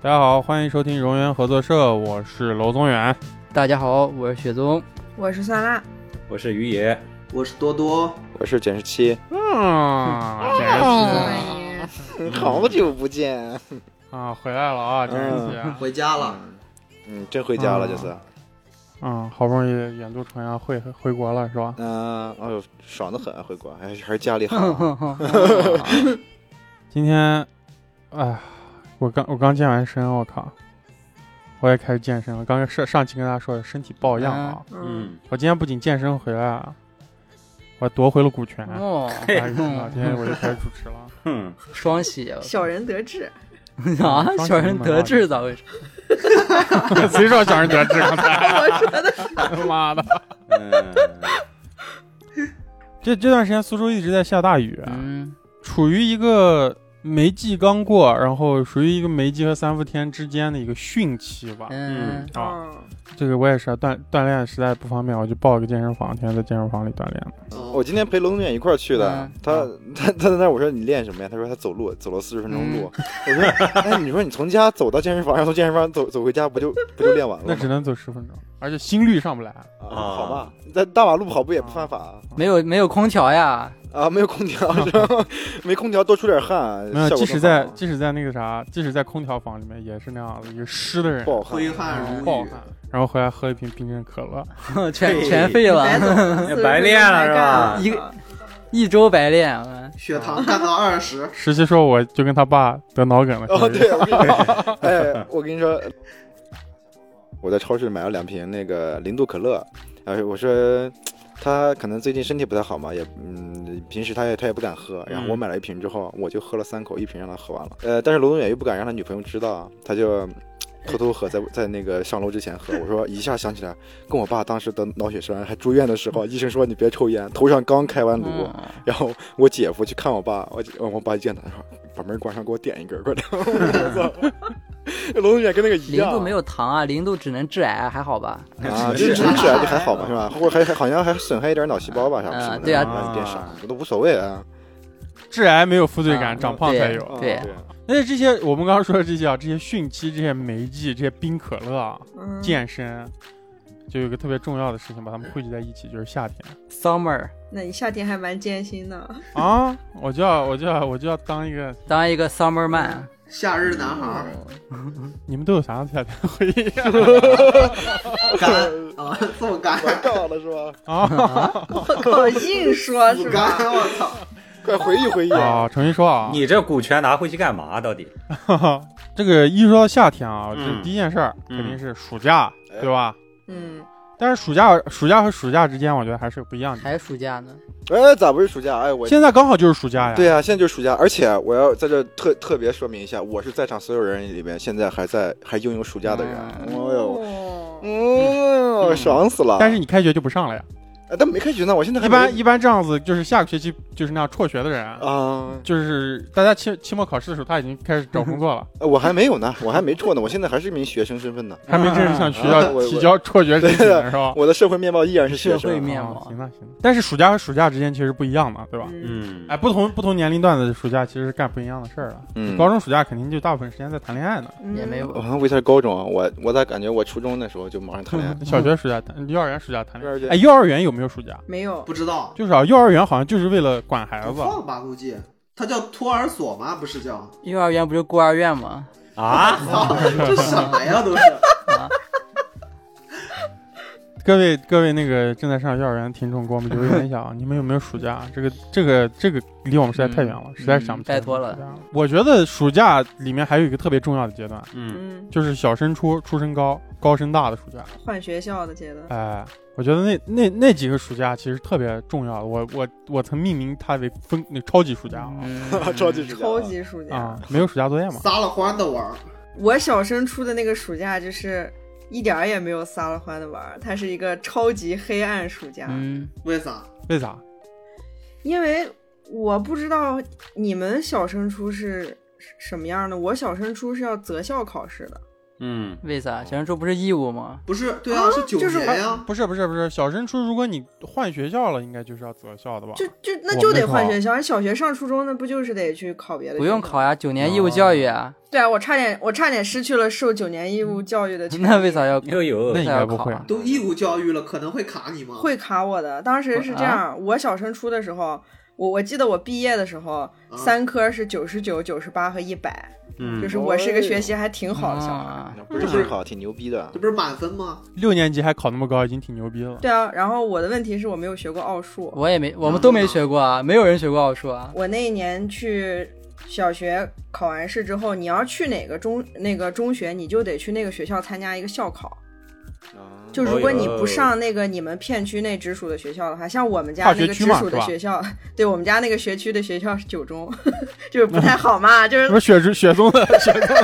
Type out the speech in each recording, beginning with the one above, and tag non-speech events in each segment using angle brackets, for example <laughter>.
大家好，欢迎收听荣源合作社，我是娄宗远。大家好，我是雪宗。我是酸辣，我是于野，我是多多，我是减十七，嗯，简直哎是呀嗯好久不见，啊，回来了啊，简直是啊，回家了。嗯，真回家了，这次，嗯，好不容易远渡重洋回回国了是吧？嗯，哎呦，爽的很，回国，还还是家里哼好，哼哼今天，哎，我刚我刚健完身，我靠，我也开始健身了。刚才上上期跟大家说的身体抱恙啊，嗯，，我今天不仅健身回来啊，我还夺回了股权。啊，哦，今天我就开始主持了。哼，双喜啊！嗯小人得志，小人得志咋回事？谁说小人得志？刚才我说的妈的！ <laughs> 嗯，这这段时间苏州一直在下大雨，啊嗯，处于一个梅季刚过，然后属于一个梅季和三伏天之间的一个汛期吧。嗯，啊，哦，这个我也是啊锻锻炼实在不方便，我就报了个健身房，天天在健身房里锻炼了。 <laughs> 我今天陪龙远一块儿去的嗯，他他他在那儿，我说你练什么呀？他说他走路，走了四十分钟路。我说， <laughs> 哎，你说你从家走到健身房，然后从健身房走走回家，不就不就练完了吗？那只能走十分钟，而且心率上不来。啊，好吧，在大马路跑步也不犯法啊没有没有空调呀，啊，没有空调是吧？ <laughs> 没空调多出点汗，没有，效果即更使在好即使在那个啥，即使在空调房里面也是那样的一个湿的人不，好挥汗。汗如暴雨，哦汗。然后回来喝一瓶冰镇可乐，全嘿全废白了，走了白练了是吧一个嗯一周白练。嗯血糖干到二十，实习说我就跟他爸得脑梗了。哦，属于对，我跟你说，哎，我跟你说，我在超市买了两瓶那个零度可乐，呃，我说他可能最近身体不太好嘛，也嗯，平时他也他也不敢喝，然后我买了一瓶之后，我就喝了三口，一瓶让他喝完了，呃，但是罗宗远又不敢让他女朋友知道，啊他就。偷偷喝，在在那个上楼之前喝。我说一下想起来，跟我爸当时得脑血栓还住院的时候，医生说你别抽烟，头上刚开完颅，嗯然后我姐夫去看我爸，我姐呃我爸一见他说把门关上，给我点一根，快点！我操， <laughs> 龙子远跟那个一零样，度没有糖啊，零度只能致癌，还好吧？啊，这只能致癌就还好嘛，是吧？或者还还好像还损害一点脑细胞吧，啥什么的，对啊让你变傻，我都无所谓啊。致癌没有负罪感，嗯长胖才对有。啊对那这些我们刚刚说的这些啊，这些汛期、这些梅季、这些冰可乐啊，嗯健身，就有一个特别重要的事情，把它们汇集在一起，就是夏天 Summer 那你夏天还蛮艰辛的， <laughs> 啊！我就要，我就要，我就要当一个。当一个 Summer man，夏日男孩嗯你们都有啥夏天回忆啊 <laughs> 干啊， <laughs> 这么干，完告了是吧？啊？我靠，硬说不是干吧？，我操！快回忆回忆啊！啊，重新说啊，你这股权拿回去干嘛？到底？这个一说到夏天啊，嗯这第一件事儿嗯肯定是暑假，哎对吧？嗯，但是暑假、暑假和暑假之间，我觉得还是有不一样的。还暑假呢？哎，咋不是暑假？哎，我。现在刚好就是暑假呀，对啊，现在就是暑假，而且我要在这特特别说明一下，我是在场所有人里边现在还在还拥有暑假的人。嗯哦呦，哦嗯，爽死了！但是你开学就不上了呀。哎但没开学呢，我现在还一般没一般这样子，就是下个学期就是那样辍学的人，啊，就是大家期期末考试的时候，他已经开始找工作了。呃我还没有呢，我还没辍呢，我现在还是一名学生身份呢。还没正式向学啊校我提交辍学申请呢，是吧？我的社会面貌依然是学社会生面啊。貌哦行了行了。但是暑假和暑假之间其实不一样嘛，对吧？嗯嗯，哎，不同不同年龄段的暑假其实是干不一样的事儿了。嗯高中暑假肯定就大部分时间在谈恋爱呢，也嗯没有我还为啥高中啊？我我咋感觉我初中那时候就马上谈恋爱？嗯小学暑假谈，幼儿园暑假谈恋幼儿爱。园哎，幼儿园有没有暑假？没有，不知道，就是啊，幼儿园好像就是为了管孩不子。放吧，估计他叫托儿所吗？不 <laughs> 是叫，幼儿园不是孤儿院吗？啊，操，这啥呀？都是各位各位那个正在上幼儿园的听众，给我们留言一下啊，你们有没有暑假？这个这个这个离我们实在太远了，嗯实在是想不起来。拜托了。我觉得暑假里面还有一个特别重要的阶段，嗯，嗯，就是小升初、初升高、高升大的暑假。换学校的阶段，哎，我觉得那那那几个暑假其实特别重要的，我我我曾命名它为分那超级暑假啊、 <laughs> 嗯超级暑假超级暑假啊，，没有暑假作业嘛，撒了欢的玩儿，我小升初的那个暑假就是。一点儿也没有撒了欢的玩儿，它是一个超级黑暗暑假。嗯，为啥？为啥？因为我不知道你们小升初是什么样的，我小升初是要择校考试的，嗯，为啥？小升初不是义务吗？不是，对啊，是九就是年呀，不是不是不是，小升初如果你换学校了，应该就是要择校的吧？就就那我就们得是换好学校，你小学上初中那不就是得去考别的？不用考。呀，九年义务教育啊，对啊，我差点我差点失去了受九年义务教育的权利。嗯 <laughs> 那为啥要？又有那为应啥该要不考会啊？都义务教育了，可能会卡你吗？，会卡我的。当时啊是这样，我小升初的时候，我我记得我毕业的时候，三科是九十九、九十八和一百、嗯就是我是一个学习还挺好的小孩。啊，不是最好，挺牛逼的这。不是满分吗？六年级还考那么高，已经挺牛逼了。对啊，然后我的问题是我没有学过奥数，我也没，我们都没学过啊，没有人学过奥数啊。我那一年去小学考完试之后，你要去哪个中那个中学，你就得去那个学校参加一个校考。啊就如果你不上那个你们片区内直属的学校的话，像我们家跨那学个区直嘛属的是吧学校，对我们家那个学区的学校是九中， <laughs> 就是不太好嘛，就是什 <laughs> 么雪之雪松的雪松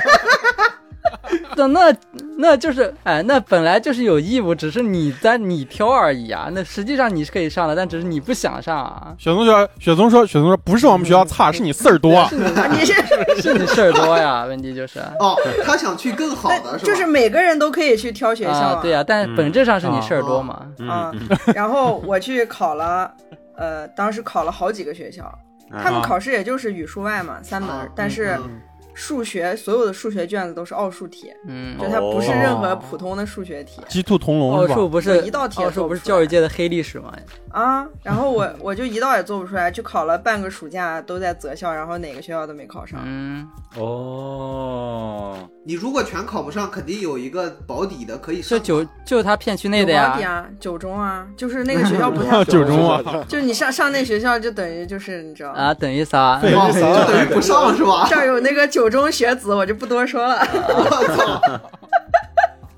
那那那就是，哎，那本来就是有义务，只是你在你挑而已啊。那实际上你是可以上的，但只是你不想上啊，雪松说雪松说雪松说不是我们学嗯校差，是你事儿多啊。你是是你事儿多呀。问题就是哦，他想去更好的是吧？就是每个人都可以去挑学校啊，对呀、但本质上是你事儿多嘛。啊嗯，然后我去考了，呃，当时考了好几个学校，他们啊考试也就是语数外嘛三门儿啊，但是嗯数学所有的数学卷子都是奥数题，嗯，就它不是任何哦普通的数学题鸡兔同哦笼奥是吧？数不我是一道题也奥数做不不是出来教育界的黑历史吗？啊。然 <laughs> 后我我就一道也做不出来，就考了半个暑假都在择校，然后哪个学校都没考上。嗯，哦，你如果全考不上，肯定有一个保底的可以就上。九就他片区内的有毛笔呀，啊，九中啊，就是那个学校不太 <laughs> 啊，，九中啊， <laughs> 就是你上上那学校就等于就是你知道啊，等于啥？对哦这就啥等于不上是吧？这儿有那个九中学子，我就不多说了。我操！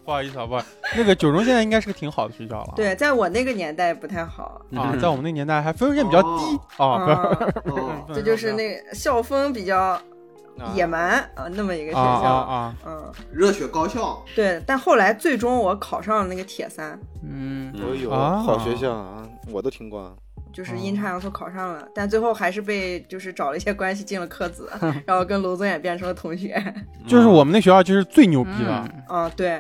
不好意思啊，不好意思，那个九中现在应该是个挺好的学校了。对，在我那个年代不太好，啊，在我们那年代还分数线比较低啊，不要嗯， <laughs> 哦，这就是那个校风比较野蛮啊，那么一个学啊啊校。啊，嗯，热血高校，对。但后来最终我考上了那个铁三，嗯，我有啊好学校啊，我都听过。嗯就是阴差阳错考上了，但最后还是被就是找了一些关系进了 <laughs> 科子，然后跟娄宗远变成了同学。嗯嗯就是我们那学校就是最牛逼的嗯啊，对，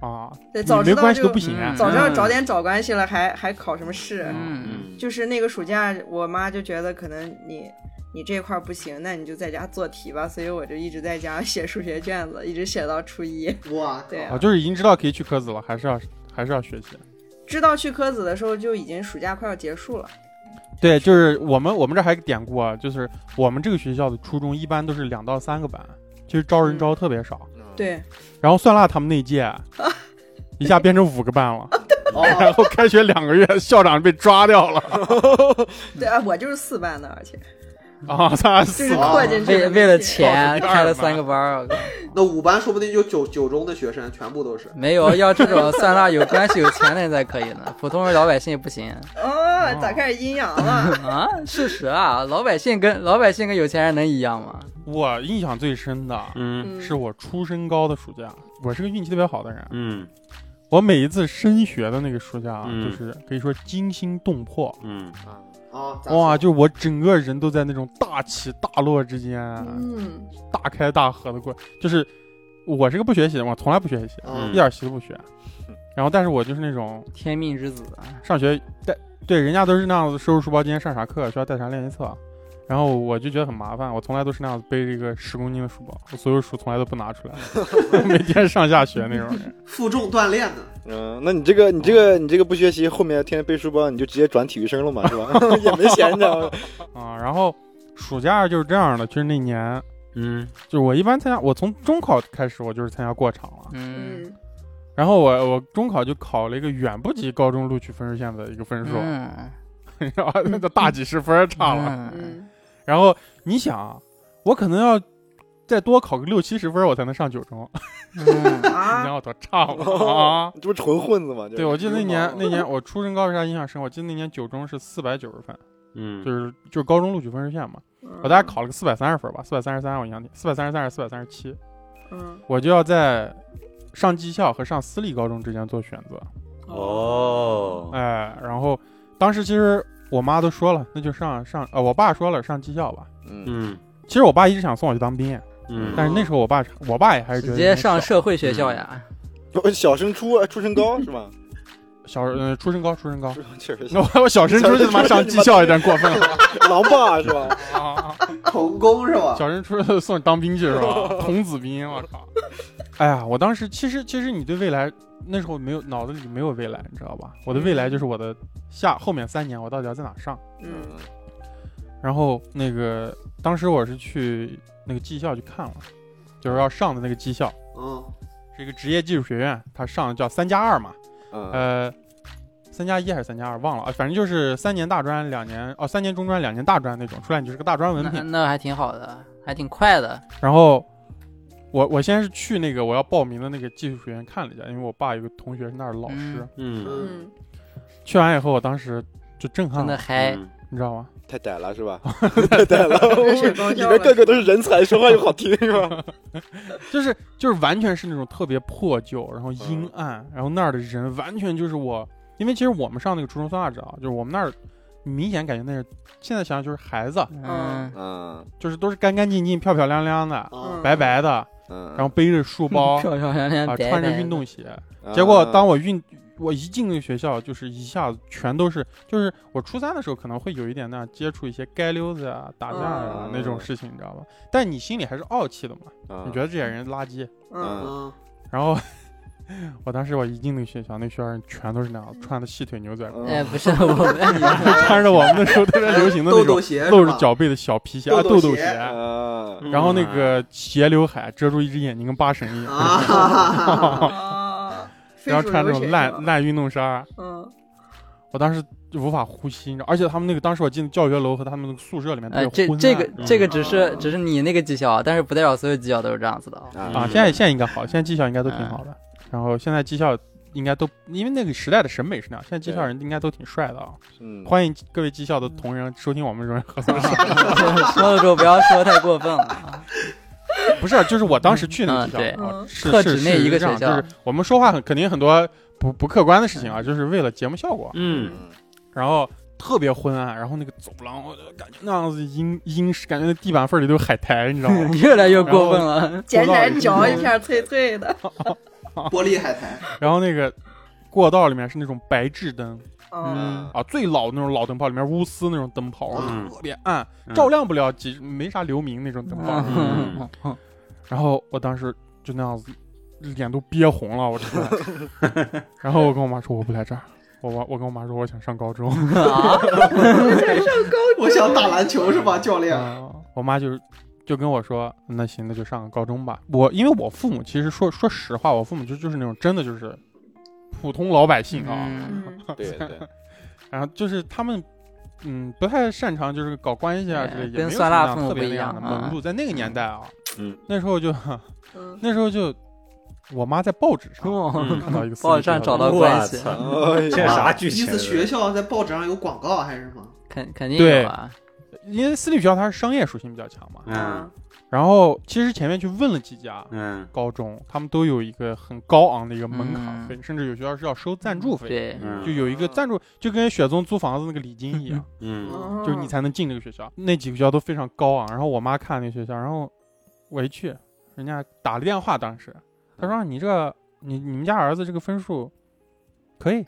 啊，对，你早没知道关系都就不行啊嗯。早知道早点找关系了，还还考什么试？嗯，嗯，就是那个暑假，我妈就觉得可能你。你这块儿不行，那你就在家做题吧。所以我就一直在家 <laughs> 写数学卷子，一直写到初一。哇靠！对啊啊，就是已经知道可以去科子了，还是要还是要学习。知道去科子的时候，就已经暑假快要结束了。对，就是我们我们这儿还有个典故啊，就是我们这个学校的初中一般都是两到三个班，其实招嗯人招得特别少。啊对，然后酸辣他们那一届，啊 <laughs> 一下变成五个班了， <laughs> 哦，然后开学两个月，校长被抓掉了对啊，我就是四班的，而且啊，酸辣就死是了。扩进去的为那为了些，钱开了三个班儿，我靠那五班说不定就九九中的学生全部都是。没有要这种酸辣有关系有钱的人才可以呢，普通人老百姓也不行哦，咋开始阴阳 <laughs> 了？ <laughs> 啊。事实啊，老百姓跟老百姓跟有钱人能一样吗？我印象最深的嗯嗯是我初升高的暑假，我是个运气特别好的人，嗯我每一次升学的那个暑假啊，嗯就是可以说惊心动魄。嗯啊，咋说哇！就我整个人都在那种大起大落之间，嗯，大开大合的过，就是我是个不学习的，我从来不学习，嗯一点习都不学。然后，但是我就是那种天命之子啊，上学带对人家都是那样子收拾书包，今天上啥课，需要带啥练习册。然后我就觉得很麻烦，我从来都是那样子背着一个十公斤的书包，我所有书从来都不拿 <laughs> 出来， <laughs> 每天上下学那种人。负重锻炼呢？嗯，那你这个你这个你这个不学习，后面天天背书包，你就直接转体育生了嘛，是吧？ <laughs> 也没闲着。啊、然后暑假就是这样的，就是那年，嗯就是我一般参加，我从中考开始我就是参加过场了，嗯嗯，然后我我中考就考了一个远不及高中录取分数线的一个分数，嗯， <laughs> 然后那个大几十分儿差了。嗯嗯，然后你想啊，我可能要再多考个六七十分儿，我才能上九中， <laughs> 嗯你啊，想我多差 <laughs> 了啊！你这不是嗯纯混子吗？这对，我记得那年流氓那 <laughs> 年我初中高为啥印象深？我记得那年九中是四百九十分，嗯，就是就是高中录取分数线嘛，嗯我大概考了个四百三十分儿吧，四百三十三我印象里，四百三十三还是四百三十七，嗯，我就要在上技校和上私立高中之间做选择。嗯，哦，哎，然后当时其实我妈都说了，那就上上呃，我爸说了上技校吧。嗯，嗯其实我爸一直想送我去当兵，嗯，但是那时候我爸我爸也还是觉直得接能小上社会学校呀， <laughs> 小升初啊，初 <laughs> 升高是吧？小呃初升高初升高， <laughs> 确实，那我我小升初就他妈上技校有点过分 <laughs> 了，狼爸是吧？啊童工是吧？小升初送当兵去是吧？童子兵，我靠！哎呀，我当时其实其实你对未来那时候没有脑子里没有未来，你知道吧？我的未来就是我的下后面三年我到底要在哪上？嗯然后那个当时我是去那个技校去看了，就是要上的那个技校嗯，是一个职业技术学院，它上的叫三加二嘛，嗯呃，三加一还是三加二忘了啊，反正就是三年大专，两年哦，三年中专，两年大专那种，出来你就是个大专文那凭。那还挺好的，还挺快的。然后我我先是去那个我要报名的那个技术学院看了一下，因为我爸有个同学是那儿的老师。嗯嗯，嗯，去完以后，我当时就震撼真的了，哎嗨，你知道吗？太歹了 <laughs> 是吧？太歹了，嗯热血高里校面个了。个都是人才，说话又好听 <laughs> 是吧？就是就是完全是那种特别破旧，然后嗯阴暗，然后那儿的人完全就是我，因为其实我们上那个初中三大指啊，就是我们那儿明显感觉那是现在想想就是孩子，嗯，嗯就是都是干干净净、漂漂亮亮的、啊嗯白白的，嗯，然后背着书包 <laughs> 漂漂亮亮，啊，嗯白穿着白运的动鞋。后结果当我运我一进那个学校，就是一下子全都是，就是我初三的时候可能会有一点那样接触一些街溜子啊、打架啊嗯那种事情，你知道吧？但你心里还是傲气的嘛，你觉得这些人垃圾。嗯嗯然后我当时我一进那个学校，那学校人全都是那嗯样穿的细腿牛仔 <laughs> 裤，嗯哎，不 <laughs> 是我们，穿着我们那时候特别流行的豆那 <laughs> 豆种鞋是吧露着，脚背的小皮鞋啊，豆豆豆豆鞋鞋。嗯然后那个斜刘海遮住一只眼睛，跟八神一样，啊，啊，<laughs> 非然后主穿那流种学校烂，烂运动衫，嗯我当时就无法呼吸，你知道，而且他们那个当时我进教学楼和他们那个宿舍里面都 <laughs> 呃有，这昏暗这个嗯这个只是嗯只是你那个技校啊，但是不代表所有技校都是这样 <laughs> 子的啊。啊，嗯现在现在应该好，现在技校应该都挺好的，嗯然后现在技校应该都因为那个时代的审美是那样，现在技校人应该都挺帅的啊。嗯欢迎各位技校的同仁收听我们荣耀合作社， <laughs> 说的时候不要说太过分了啊。不是，就是我当时去那个嗯技校，对啊嗯是特是指那是一个这样学校就是我们说话很肯定很多不不客观的事情啊，就是为了节目效果，嗯，然后。特别昏暗，然后那个走廊，我就感觉那样子阴阴湿，感觉那地板缝里都有海苔，你知道 <laughs> 吗？越来越过分了，捡起来嚼一片脆 <laughs> 脆的，玻璃海苔，啊然后那个过道里面是那种白炽灯嗯嗯啊，最老的那种老灯泡，里面钨丝那种灯泡，嗯特别暗，照亮不了几，没啥流明那种灯泡。嗯然后我当时就那样子，脸都憋红了，我出来。 <laughs> 然后我跟我妈说我不来这儿，我我我跟我妈说我想上高中。啊，我想打篮球是吧，教练？啊我妈就是就跟我说，那行，那就上个高中吧。我因为我父母其实说说实话，我父母就就是那种真的就是普通老百姓啊，嗯 <laughs> 嗯对对，然后就是他们，嗯，不太擅长就是搞关系啊之类，也对跟没有酸什么辣那样父母特别不一那样的样啊门路，在那个年代啊，嗯，那时候就嗯，那时候就，我妈在报纸上哦嗯看到一个私报立纸上学找校到关系我，操哎这呀啥意剧情啊思？？学校在报纸上有广告还是什么？肯肯定对有啊。因为私立学校它是商业属性比较强嘛。啊嗯然后其实前面去问了几家嗯高中，他们都有一个很高昂的一个门槛嗯费，甚至有学校是要收赞助费，对，就嗯有一个赞助，就跟雪宗租房子那个礼金一样。嗯 <laughs> 哦就是你才能进这个学校。那几个学校都非常高昂。然后我妈看那个学校，然后我一去，人家打了电话，当时她嗯说啊你这你你们家儿子这个分数可 <laughs> 以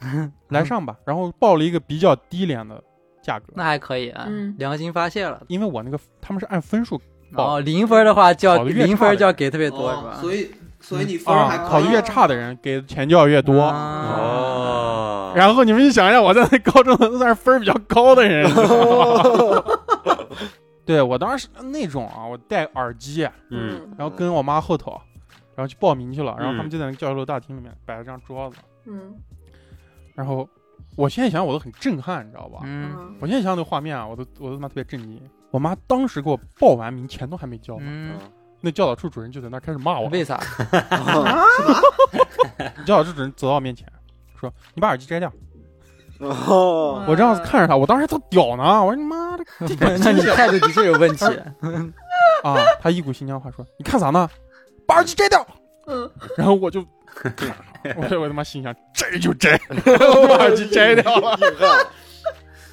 来上吧，然后报了一个比较低廉的价格那，还可以啊嗯，良心发现了。因为我那个他们是按分数报哦，零分的话就考要得越零差的分就要人给特别多是哦，吧？所以所以你分儿还啊，考可得以越差的人给的钱就要越多。啊哦，然后你们就想一下，我在那高中都算是分儿比较高的人，你知道吗对我当时那种啊，我戴耳机，啊嗯嗯然后跟我妈后头，然后去报名去了，然后嗯他们就在那个教学楼大厅里面摆了张桌子，嗯然后我现在想我都很震撼，你知道吧？嗯嗯我现在想想那画面啊，我都我都他妈特别震惊。我妈当时给我报完名，钱都还没交呢，嗯，那教导处主任就在那儿开始骂我。为啥？嗯 <laughs> 教导处主任走到我面前说：“你把耳机摘掉。 <laughs> <laughs> 哦，我这嗯样子看着他，我当时特屌呢，我说：“你妈的那你态度的确有问题。啊！”他一股新疆话说：“你看啥呢？把耳机摘掉。”嗯，然后我就， <laughs> 我我他妈心想摘就摘， <laughs> 我把耳机摘掉了。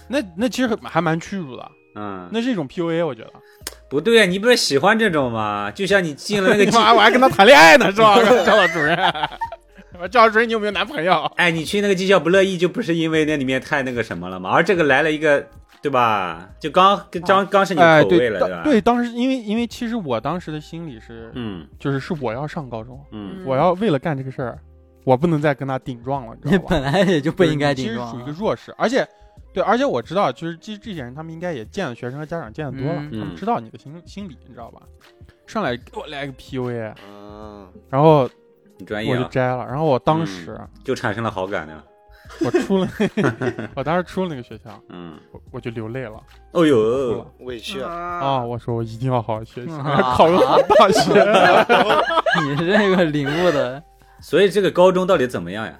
那那其实很还蛮屈辱的，嗯，那是一种 PUA，我觉得。不对啊呀，你不是喜欢这种吗？就像你进了那 <laughs> 个你 <laughs> 进，妈，我还跟他谈恋爱呢，是 <laughs> 吧？教导主任，我说教导主任，你有没有男朋友？哎，你去那个技校不乐意，就不是因为那里面太那个什么了嘛，而这个来了一个，对吧？就刚刚刚是 <laughs> 你哎，口对味，了，吧当？对，当时因为因为其实我当时的心理是，嗯就是是我要上高中，嗯我要为了干这个事儿，我不能再跟他顶撞了，你你知道吧本？来也就不应该就是你其实顶撞属于一啊。个弱势，而且对，而且我知道，就是这这些人他们应该也见的学生和家长见的多了，嗯他们嗯知道你的心心理，你知道吧？上来给我来个 PUA， <laughs> 啊，然后你哎专业我就啊，摘了，然后我嗯当时、就产生了好感呢。我出了，我当时出了那个学校，嗯，我我就流泪了，哦哭呦了，委屈啊，啊！啊，我说我一定要好好学习，啊考个好大 <laughs> 学。你是这个领悟的，所以这个高中到底怎么样呀？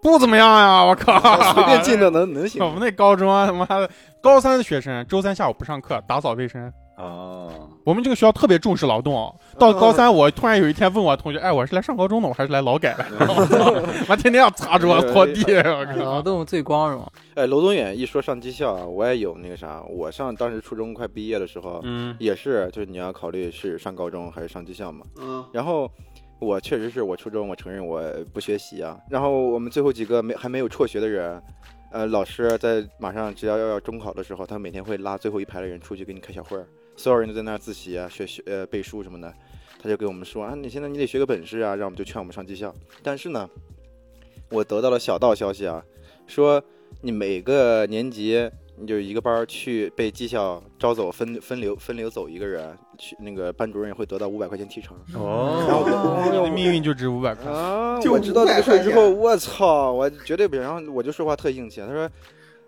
不怎么样呀，我靠！随便进的能能行我们那高中啊，他妈的，高三的学生周三下午不上课，打扫卫生。哦，我们这个学校特别重视劳动。到高三，我突然有一天问我同学：“哎，我是来上高中的，我还是来劳改的？”我操妈天天要擦着我拖地，我劳靠！动最光荣。哎，楼宗远一说上技校啊，我也有那个啥，我上当时初中快毕业的时候，嗯也是，就是你要考虑是上高中还是上技校嘛。嗯，然后我确实是我初中，我承认我不学习啊。然后我们最后几个没还没有辍学的人，呃，老师在马上只要要要中考的时候，他每天会拉最后一排的人出去给你开小会儿，所有人都在那儿自习啊、学学呃背书什么的。他就给我们说啊，你现在你得学个本事啊，让我们就劝我们上技校。但是呢，我得到了小道消息啊，说你每个年级你就一个班儿去被技校招走分分流分流走一个人，去那个班主任会得到五百块钱提成。然 <laughs> 后哦，你我的命运就值五百块。啊！就我知道这500个事儿之块后，钱我操，我绝对不行。然后我就说话特硬气，他说，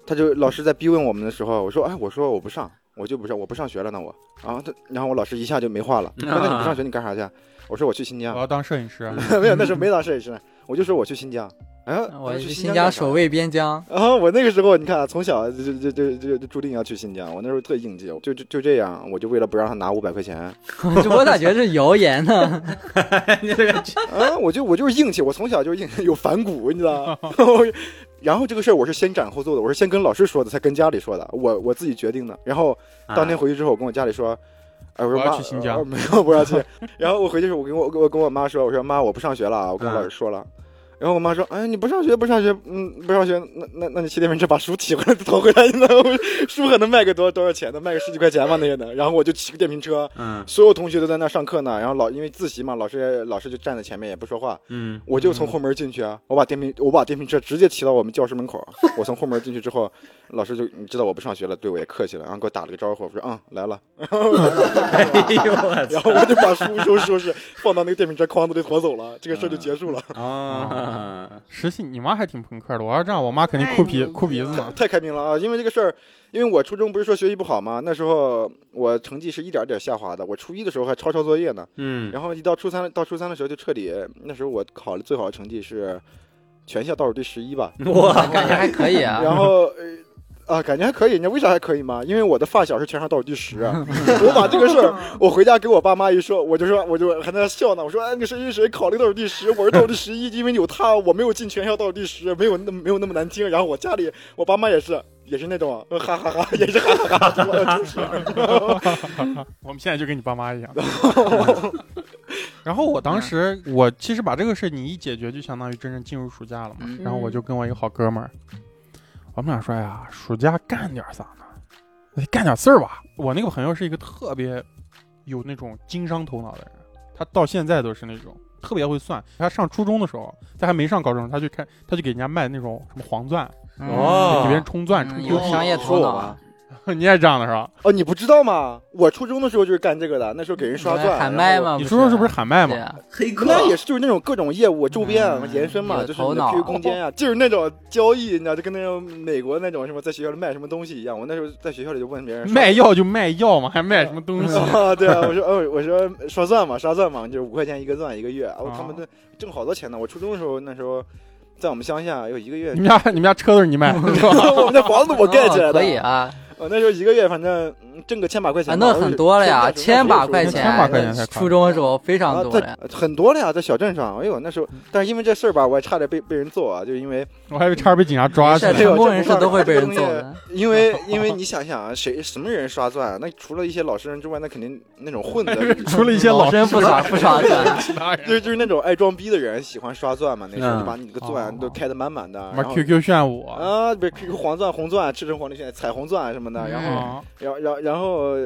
他就老师在逼问我们的时候，我说，哎，我说我不上，我就不上，我不上学了呢，我。啊，他然后我老师一下就没话了，说那你不上学你干啥去？啊我说我去新疆啊我，要当摄影师， <laughs> 没有，那时候没当摄影师呢，我就说我去新疆。哎，我去是新疆疆干啥守卫边疆，然后我那个时候，你看啊，从小就就就就就注定要去新疆。我那时候特硬气，就就就这样，我就为了不让他拿五百块钱，就我咋觉得是谣言呢？你这个啊，我就我就是硬气，我从小就是硬，有反骨，你知道吗？ <laughs> 我然后这个事儿我是先斩后奏的，我是先跟老师说的，才跟家里说的，我我自己决定的。然后当天回去之后，我跟我家里说，哎，我说啊我要妈去新疆呃没有，不要去。 <laughs> 然后我回去时候，我跟我我跟我妈说，我说妈，我不上学了啊，我跟我嗯老师说了。然后我妈说：“哎，你不上学，不上学，嗯，不上学，那那那你骑电瓶车把书提回来， <laughs> 投回来，那我书可能卖个多多少钱呢？卖个十几块钱吧，那些能。然后我就骑个电瓶车，嗯所有同学都在那儿上课呢。然后老因为自习嘛，老师老师就站在前面也不说话，嗯我就从后门进去啊，我把电瓶我把电瓶车直接骑到我们教室门口。我从后门进去之后，老师就你知道我不上学了，对我也客气了，然后给我打了个招呼，我说嗯来了，哎呦我然后我就把书收拾收拾放到那个电瓶车筐子里驮走了，这个事儿就结束了，操啊！实习你妈还挺朋克的。我要这样，我妈肯定哭鼻哎你哭鼻子嘛。 <laughs> 太开明了啊！因为这个事儿，因为我初中不是说学习不好嘛，那时候我成绩是一点点下滑的，我初一的时候还抄抄作业呢，嗯，然后一到初三到初三的时候就彻底，那时候我考的最好的成绩是全校倒数第十一吧，哇，感觉还可以啊。然后呃啊，感觉还可以。你知道为啥还可以吗？因为我的发小是全上倒数第十，啊我把这个事儿，我回家给我爸妈一说，我就说，我就还在那笑呢。我说，哎，那个谁谁谁考了个倒数第十，我是倒数第十一，因为有他，我没有进全校倒数第十，没有那没有那么难听。然后我家里，我爸妈也是。也是那种，呃哈哈哈，也是哈哈哈，我就是我们现在就跟你爸妈一样。然后我当时，我其实把这个事你一解决，就相当于真正进入暑假了嘛。嗯然后我就跟我一个好哥们儿，我们俩说：“哎呀，暑假干点啥呢？得干点事儿吧。”我那个朋友是一个特别有那种经商头脑的人，他到现在都是那种特别会算。他上初中的时候，他还没上高中，他就开他就给人家卖那种什么黄钻，嗯哦给别人冲钻、嗯冲有丢商业头脑啊， <laughs> 你也这样的是吧？哦，你不知道吗？我初中的时候就是干这个的，那时候给人刷钻，喊麦嘛，你初中是不是啊是喊麦嘛对？啊黑客那也是就是那种各种业务周边啊嗯延伸嘛，有就是头你的脑 QQ 空 <laughs> 间啊，就是那种交易，你知道，就跟那种美国那种什么在学校里卖什么东西一样。我那时候在学校里就问别人说卖药就卖药嘛，还卖什么东西？ <laughs> 啊，对啊，我说哦，我说刷钻嘛，刷钻嘛，就是五块钱一个钻一 <laughs> 个月，啊我啊他们那挣好多钱呢。我初中的时候那时候在我们乡下有一个月 <laughs> 你，们家你们家车都是你卖的是吧？我们那房子我盖起来哦可以的，啊，我那时候一个月反正嗯挣个千把块钱啊，吧，那我很就多了呀，现在是千把块千钱，把块钱才快初中的时候非常啊，多了在呀。嗯很多了呀，在小镇上。哎呦，那时候，但是因为这事儿吧，我也差点被被人揍啊，就是因为我还以为差点被警察抓没起 <laughs> 来。，事，成功人士都会被人揍的。因为因为你想想啊，谁什么人刷钻啊？那除了一些老实人之外，那肯定那种混子 <laughs> 除了一些老真 <laughs> 不咋不刷钻，其 <laughs> 他就人，就是 <laughs> 那种爱装逼的人喜欢刷钻嘛。那时候嗯就把你这个哦钻啊都开得满满的，什么然后 QQ 炫舞，啊，不是 QQ 黄钻、红钻、赤橙黄绿线、彩虹钻什么的，然嗯后。啊，然后，然后，然后呃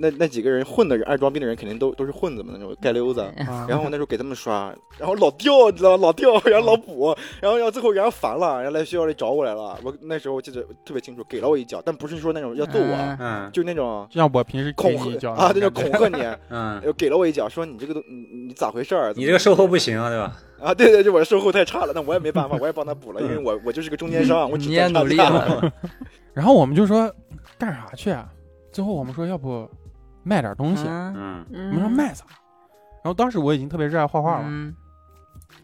那那几个人混的人，爱装逼的人肯定都都是混子嘛，那种街溜子。啊嗯然然后我那时候给他们刷，然后老掉，你知道吗？老掉，然后老补，然后然后最后然后烦了，然后来学校里找我来了。我那时候我记得特别清楚，给了我一脚，但不是说那种要揍我，嗯嗯就那种就像我平时给恐你一吓脚啊，那种种感恐觉吓你，嗯， <laughs> 又给了我一脚，说你这个都你你咋回事儿？你这个售后不行啊，对吧？啊，对对，就我的售后太差了，那我也没办法，我也帮他补了，因为我我就是个中间商，我只嗯你也赚差努力价了，然后我们就说干啥去啊？最后我们说要不卖点东西， <laughs> 嗯嗯我们说嗯，卖啥？然后当时我已经特别热爱画画了，嗯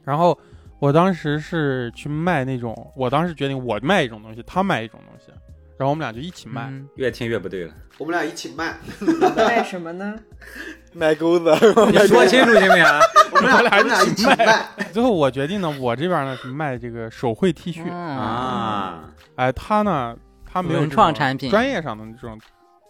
然后我当时是去卖那种，我当时决定我卖一种东西，他卖一种东西，然后我们俩就一起卖。嗯越听越不对了，我们俩一起卖，卖什么呢？ <laughs> 卖钩子， <laughs> 你说清楚行不行啊？我们俩我们俩一起卖， <laughs> 最后我决定呢，我这边呢是卖这个手绘 T 恤，啊，哎，他呢他没有嗯文这创种产品专业上的这种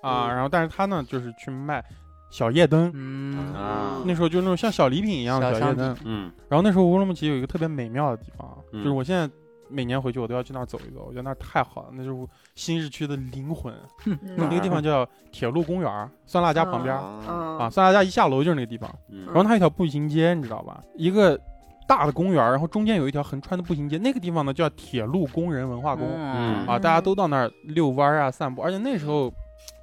啊，然后但是他呢就是去卖小夜灯，嗯啊那时候就那种像小礼品一样的小小夜商品灯。嗯然后那时候乌鲁木齐有一个特别美妙的地方啊，嗯就是我现在每年回去我都要去那儿走一走，我觉得那儿太好了，那就是新市区的灵魂。嗯那嗯哦个地方叫铁路公园儿，酸辣家旁边儿啊，啊，啊，酸辣家一下楼就是那个地方。然嗯后它有一条步行街，你知道吧？一个大的公园儿，然后中间有一条横穿的步行街，那个地方呢叫铁路工人文化宫嗯啊，大家都到那儿遛弯儿啊、散步，而且那时候。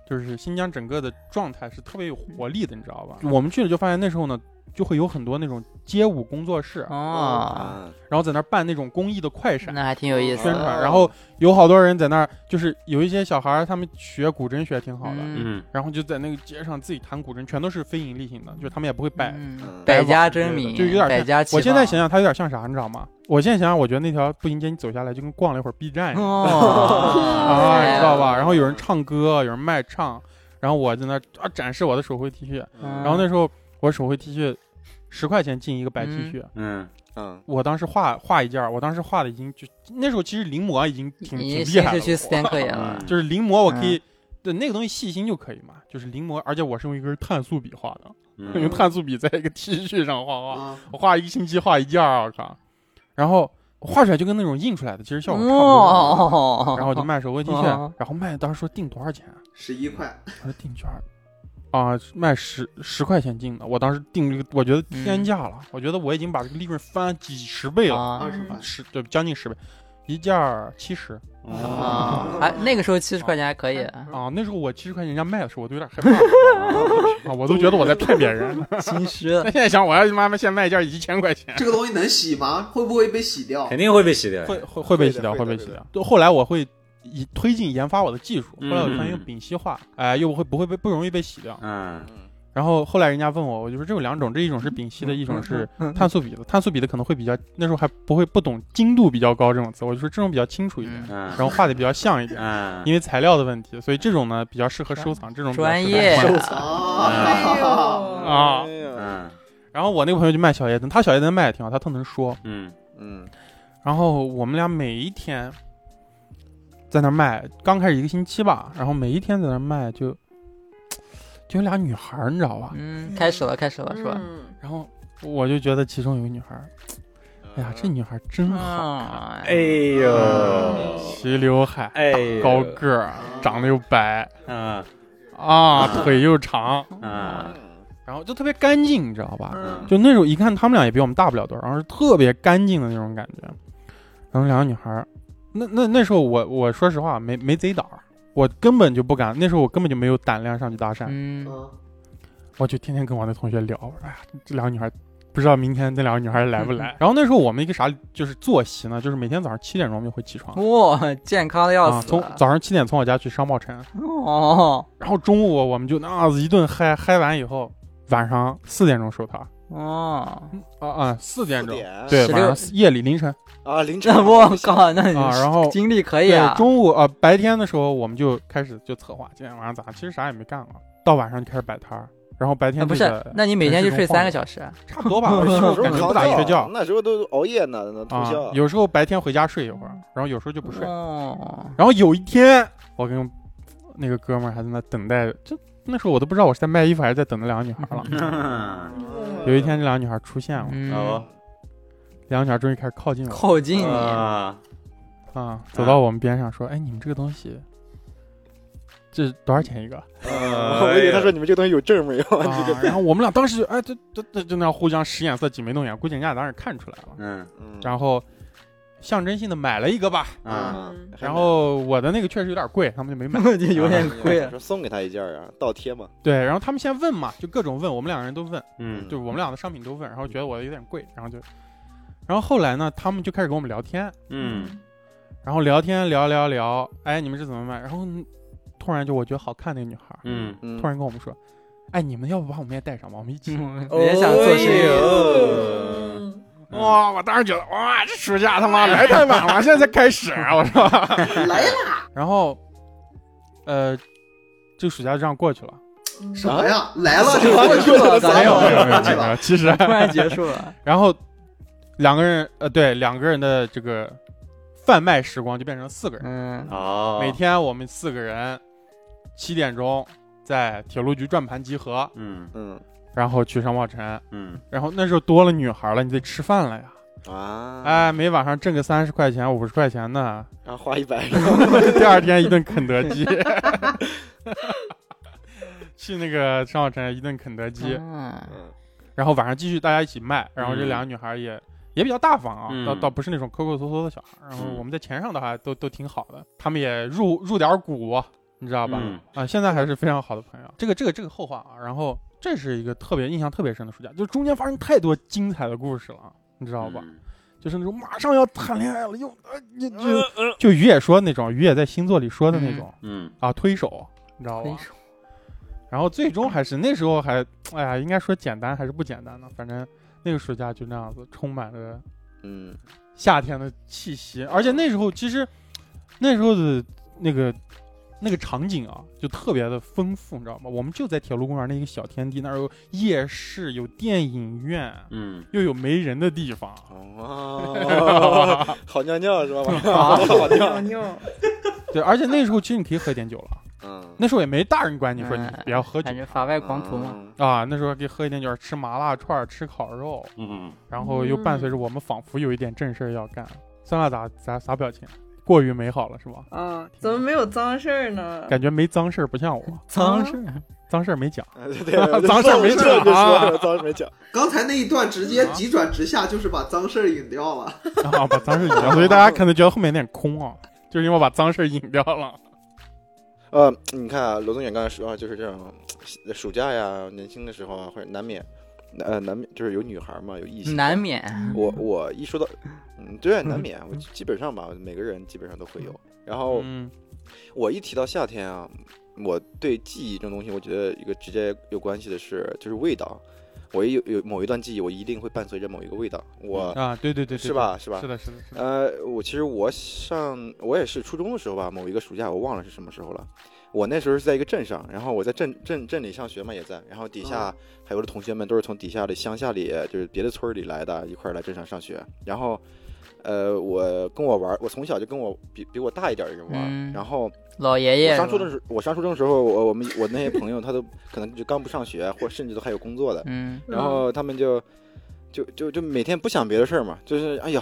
就是新疆整个的状态是特别有活力的，你知道吧？我们去了就发现那时候呢，就会有很多那种街舞工作室，哦，啊然后在那儿办那种公益的快闪，那还挺有意思宣的。传，然后有好多人在那儿，就是有一些小孩儿，他们学古筝学挺好的，嗯嗯然后就在那个街上自己弹古筝，全都是非盈利性的，就是他们也不会摆。嗯嗯百家争对鸣，就有点百家齐放。我现在想想，它有点像啥，你知道吗？我现在想想，我觉得那条步行街你走下来就跟逛了一会儿 B 站一样、<laughs> <laughs> 哦，啊，哎你呀知道吧？然后有人唱歌，有人卖唱，然后我在那儿啊展示我的手绘 T 恤，嗯然后那时候我手绘 T 恤十块钱进一个白 T 嗯恤，嗯嗯，我当时画画一件儿，我当时画的已经就那时候其实临摹已经挺挺你厉新害市了，区斯坦克也了 <laughs> 嗯，就是临摹我可以、对那个东西细心就可以嘛，就是临摹，而且我是用一根碳素笔画的， <laughs> 嗯用碳素笔在一个 T 恤上画画，啊，我画一个星期画一件儿，我靠，然后画出来就跟那种印出来的其实效果差不多。哦，然后我 <laughs> 就卖手绘 T 恤，哦然后卖当时说定多少钱啊、十一块，我说定券儿啊，卖十十块钱进的。我当时定这个，我觉得天价了，我觉得我已经把这个利润翻几十倍了，啊二十块，十对将近十倍，一件儿七十啊，哎，那个时候七十块钱还可以，啊。那时候我七十块钱人家卖的时候，我都有点害怕 <laughs> 啊，我都觉得我在骗别人。其实 <laughs> 那现在想，我要是妈妈现在卖一件一千块钱，这个东西能洗吗？会不会被洗掉肯？定会被洗掉。会会会被会的洗掉，会会的被会洗的掉。就后来我会。以推进研发我的技术，后嗯来我发现用丙烯画，哎、又不会不会被不容易被洗掉。嗯然后后来人家问我，我就说这有两种，这一种嗯是丙烯的，一种是碳素笔的。碳素笔的可能会比较那时候还不会不懂精度比较高这种词，我就说这种比较清楚一点，嗯嗯然后画的比较像一点。嗯，因为材料的问题，所以这种呢比较适合收藏，这种比较适合嗯专业收藏哎啊，呦，啊。哎呀嗯然后我那个朋友就卖小夜灯，他小夜灯卖的挺好，他特能说。嗯嗯，然后我们俩每一天在那儿卖，刚开始一个星期吧，然后每一天在那儿卖就就有俩女孩儿，你知道吧？嗯，开始了，开始了，是吧？嗯然后我就觉得其中有个女孩儿，哎呀，这嗯女孩儿真好，啊，哎呃呦，齐刘海，哎呦，高个儿，长得又白啊啊，嗯腿又长，嗯啊，然后就特别干净，你知道吧？嗯 <laughs> 就那种一看他们俩也比我们大不了多少，然后是特别干净的那种感觉。然后两个女孩儿，那那那时候我我说实话没没贼胆儿，我根本就不敢，那时候我根本就没有胆量上去搭讪，嗯，嗯我就天天跟我那同学聊，我说哎呀，这两个女孩儿不知道明天那两个女孩儿来不嗯来。然后那时候我们一个啥就是作息呢，就是每天早上七点钟就会起床。哇，健康的要啊，死，从早上七点从我家去商贸城，哦，然后中午我们就那样子一顿嗨，嗨完以后，晚上四点钟收摊儿，哦，啊啊，四点四钟，点对， 16晚上四夜里凌晨啊，凌晨那我靠，那你 <laughs> 啊，然后精力可以对啊，中午啊、白天的时候我们就开始就策划今天晚上咋，其实啥也没干了，到晚上就开始摆摊儿，然后白天、啊不是？那你每天就睡三个小时？啊时， <laughs> 差不多吧，我那时候啊感觉不咋睡觉那时候都熬夜呢，那通啊宵，。有时候白天回家睡一会儿，然后有时候就不睡，哦，然后有一天我跟那个哥们儿还在那等待，就那时候我都不知道我是在卖衣服还是在等那两个女孩了。嗯有一天这两个女孩出现了，嗯哦，两个女孩终于开始靠近我靠近你，啊，啊，走到我们边上说：“哎，你们这个东西，这多少钱一个？”呃 <laughs> 我以为他说你们这东西有证 <laughs> 没有？啊，然后我们俩当时就哎，这这这就那样互相使眼色，挤眉弄眼，估计人家当时哎看出来了。嗯嗯然后象征性的买了一个吧，啊，嗯然后我的那个确实有点贵，他们就没 <laughs> 买。 <laughs> 就有点贵啊 <laughs> 说送给他一件儿啊，倒贴嘛。对，然后他们先问嘛，就各种问，我们两个人都问，嗯，就我们俩的商品都问，然后觉得我有点贵，然后就，然后后来呢，他们就开始跟我们聊天，嗯然后聊天聊聊聊，哎，你们是怎么买？然后突然就我觉得好看那个女孩，嗯，嗯突然跟我们说，哎，你们要不把我们也带上吧，我们一起。嗯 <laughs> 也想做生哎意呦。哦，嗯哇！我当时觉得哇，这暑假他 <laughs> 妈来太晚了，现在才开始，我说。来了然后，呃，这个暑假就这样过去了。嗯什么呀？ <laughs> 来了就过去了，咋咋没有没有没有过去没有没了？有，其实，突然结束了，然后两个人，呃，对，两个人的这个贩卖时光就变成了四个人。嗯， <laughs> 哦，每，天我们四个人七点钟在铁路局转盘集合，嗯嗯然后去商贸城。嗯然后那时候多了女孩了，你得吃饭了呀。啊，哎，每晚上挣个三十块钱、五十块钱的，然后花 <laughs> 一百，第二天一顿肯德 <laughs> 基，去那个商贸城一顿肯德基，嗯嗯然后晚上继续大家一起卖，然后这嗯两个女孩也、也比较大方啊，嗯倒倒不是那种抠抠搜搜的小孩儿，然后嗯我们在钱上倒还都都挺好的，他们也入入点股，你知道吧？嗯啊，现在还是非常好的朋友。这个这个这个后话啊，然后这是一个特别印象特别深的暑假，就中间发生太多精彩的故事了，你知嗯道吧？就是那种马上要谈恋爱了，又呃就就就于野说那种，于野在星座里说的那种、嗯啊，推手，你知道吧？然后最终还是那时候还，哎呀，应该说简单还是不简单呢？反正那个暑假就那样子，充满了嗯，夏天的气息。而且那时候其实，那时候的那个那个场景啊，就特别的丰富，你知道吗？我们就在铁路公园那一个小天地，那儿有夜市，有电影院，嗯又有没人的地方。 <laughs> 哦，好尿尿是吧？晚上好尿尿，尿，对，而且那时候其实你可以喝一点酒了， <laughs> 嗯，那时候也没大人管你说你嗯不要喝酒感觉法外狂徒嘛，嗯， <laughs> 啊，那时候可以喝一点酒，吃麻辣串儿，吃烤肉。嗯然后又伴随着我们仿佛有一点正事儿要干。酸辣咋咋啥表情？过于美好了是吧？啊，怎么没有脏事儿呢？感觉没脏事儿不像我， <laughs> 脏事儿，啊 <laughs> 脏事儿没讲。对 <laughs> 对，这就啊说脏事没讲，刚才那一段直接急转直下，就是把脏事儿引掉了。啊，把脏事儿隐掉，所以大家可能觉得后面有点空啊，就是因为我把脏事儿隐掉了。呃，你看啊，罗宗远刚才说啊，就是这种暑假呀，年轻的时候啊，或者难免，呃，难免就是有女孩嘛，有嗯异性。难免。我我 <laughs> 一说到，嗯，对，难免，我基本上吧，每个人基本上都会有。然后嗯我一提到夏天啊，我对记忆这种东西，我觉得一个直接有关系的是就是味道。我一有有某一段记忆，我一定会伴随着某一个味道。我、啊，对对对，对是？吧？是吧？是的，是的，是的。呃，我其实我上我也是初中的时候吧，某一个暑假我忘了是什么时候了。我那时候是在一个镇上，然后我在镇镇镇里上学嘛，也在，然后底下还有的同学们都是从底下的乡下里，就是别的村儿里来的，一块儿来镇上上学。然后，呃，我跟我玩儿，我从小就跟我比比我大一点儿的人玩儿，嗯然后老爷我爷，上初中的时候，我上初中的时候，我我们我那些朋友他都可能就刚不上学，或甚至都还有工作的，嗯，然后他们就就就就每天不想别的事儿嘛，就是哎呦，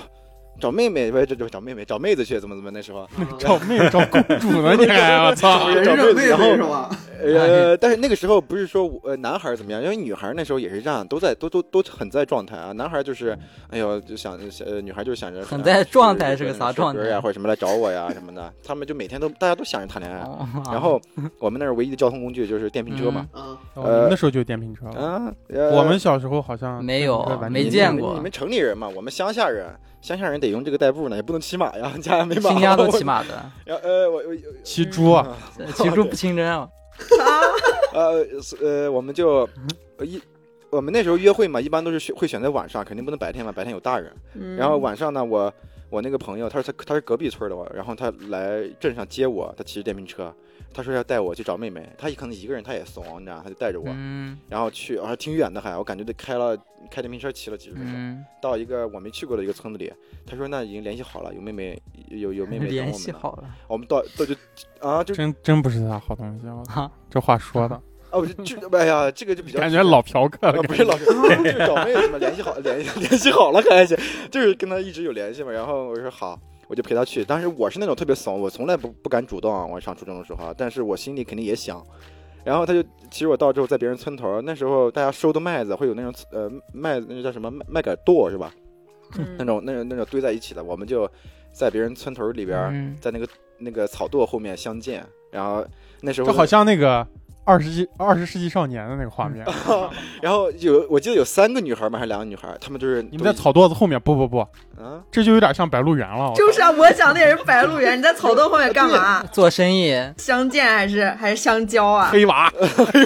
找妹妹不是这这找妹妹找妹子去怎么怎么那时候，找妹儿找公主呢你还？啊我操！人呃找妹肉子，妹妹然后是吧？哎呃，但是那个时候不是说我呃男孩儿怎么样，因为女孩儿那时候也是这样，都在都都都很在状态啊。男孩儿就是哎呦就想呃女孩儿就想着很在状态是是个啥状态呀或者什么来找我呀什么的，他们就每天都大家都想着谈恋哦爱。啊然然 <laughs> 后我们那儿唯一的交通工具就是电瓶车嘛，嗯，哦你们那时候就有电瓶车嗯了。啊，我我们小时候好像没有电瓶车完全没有见你过们你们城里人嘛，我们乡下人，乡下人得用这个代步呢，也不能骑马呀，家也没马。新疆都骑。马的，然后 <laughs> 呃，我我骑猪啊，嗯骑猪不清真啊，呃呃，我们就一我们那时候约会嘛，一般都是选会选在晚上，肯定不能白天嘛，白天有大人。嗯然后晚上呢，我我那个朋友，他是他他是隔壁村的，我，然后他来镇上接我，他骑着电瓶车，他说要带我去找妹妹，他可能一个人他也怂，你知道，他就带着我，嗯然后去，啊，挺远的还，我感觉得开了开电瓶车骑了几十分钟，嗯，到一个我没去过的一个村子里，他说那已经联系好了，有妹妹有有妹妹等联我们系呢，好了，我们到到就啊就真真不是啥好东西，我操哈，这话说的，哦不是就哎呀这个就比较感觉老嫖客了啊，，不是老师，就是找妹什么联系好，联系联系好了还行，就是跟他一直有联系嘛。然后我说好，我就陪他去。当时我是那种特别怂，我从来不不敢主动啊。我上初中的时候啊，但是我心里肯定也想。然后他就，其实我到之后在别人村头，那时候大家收的麦子会有那种呃麦那个叫什么麦麦秆垛是吧？嗯嗯那种那种那种堆在一起的，我们就在别人村头里边，嗯在那个那个草垛后面相见。然后那时候就好像那个二十纪二十世纪少年的那个画面。嗯然后有我记得有三个女孩嘛，还是两个女孩，她们就是你们在草垛子后面，不不不， <laughs> 啊。这就有点像白鹿原了。我 <laughs> 就是 <laughs> 啊，我想的也是白鹿原，你在草垛后面干嘛？啊做生意，相见还是还是相交 <laughs> 啊？黑娃，哎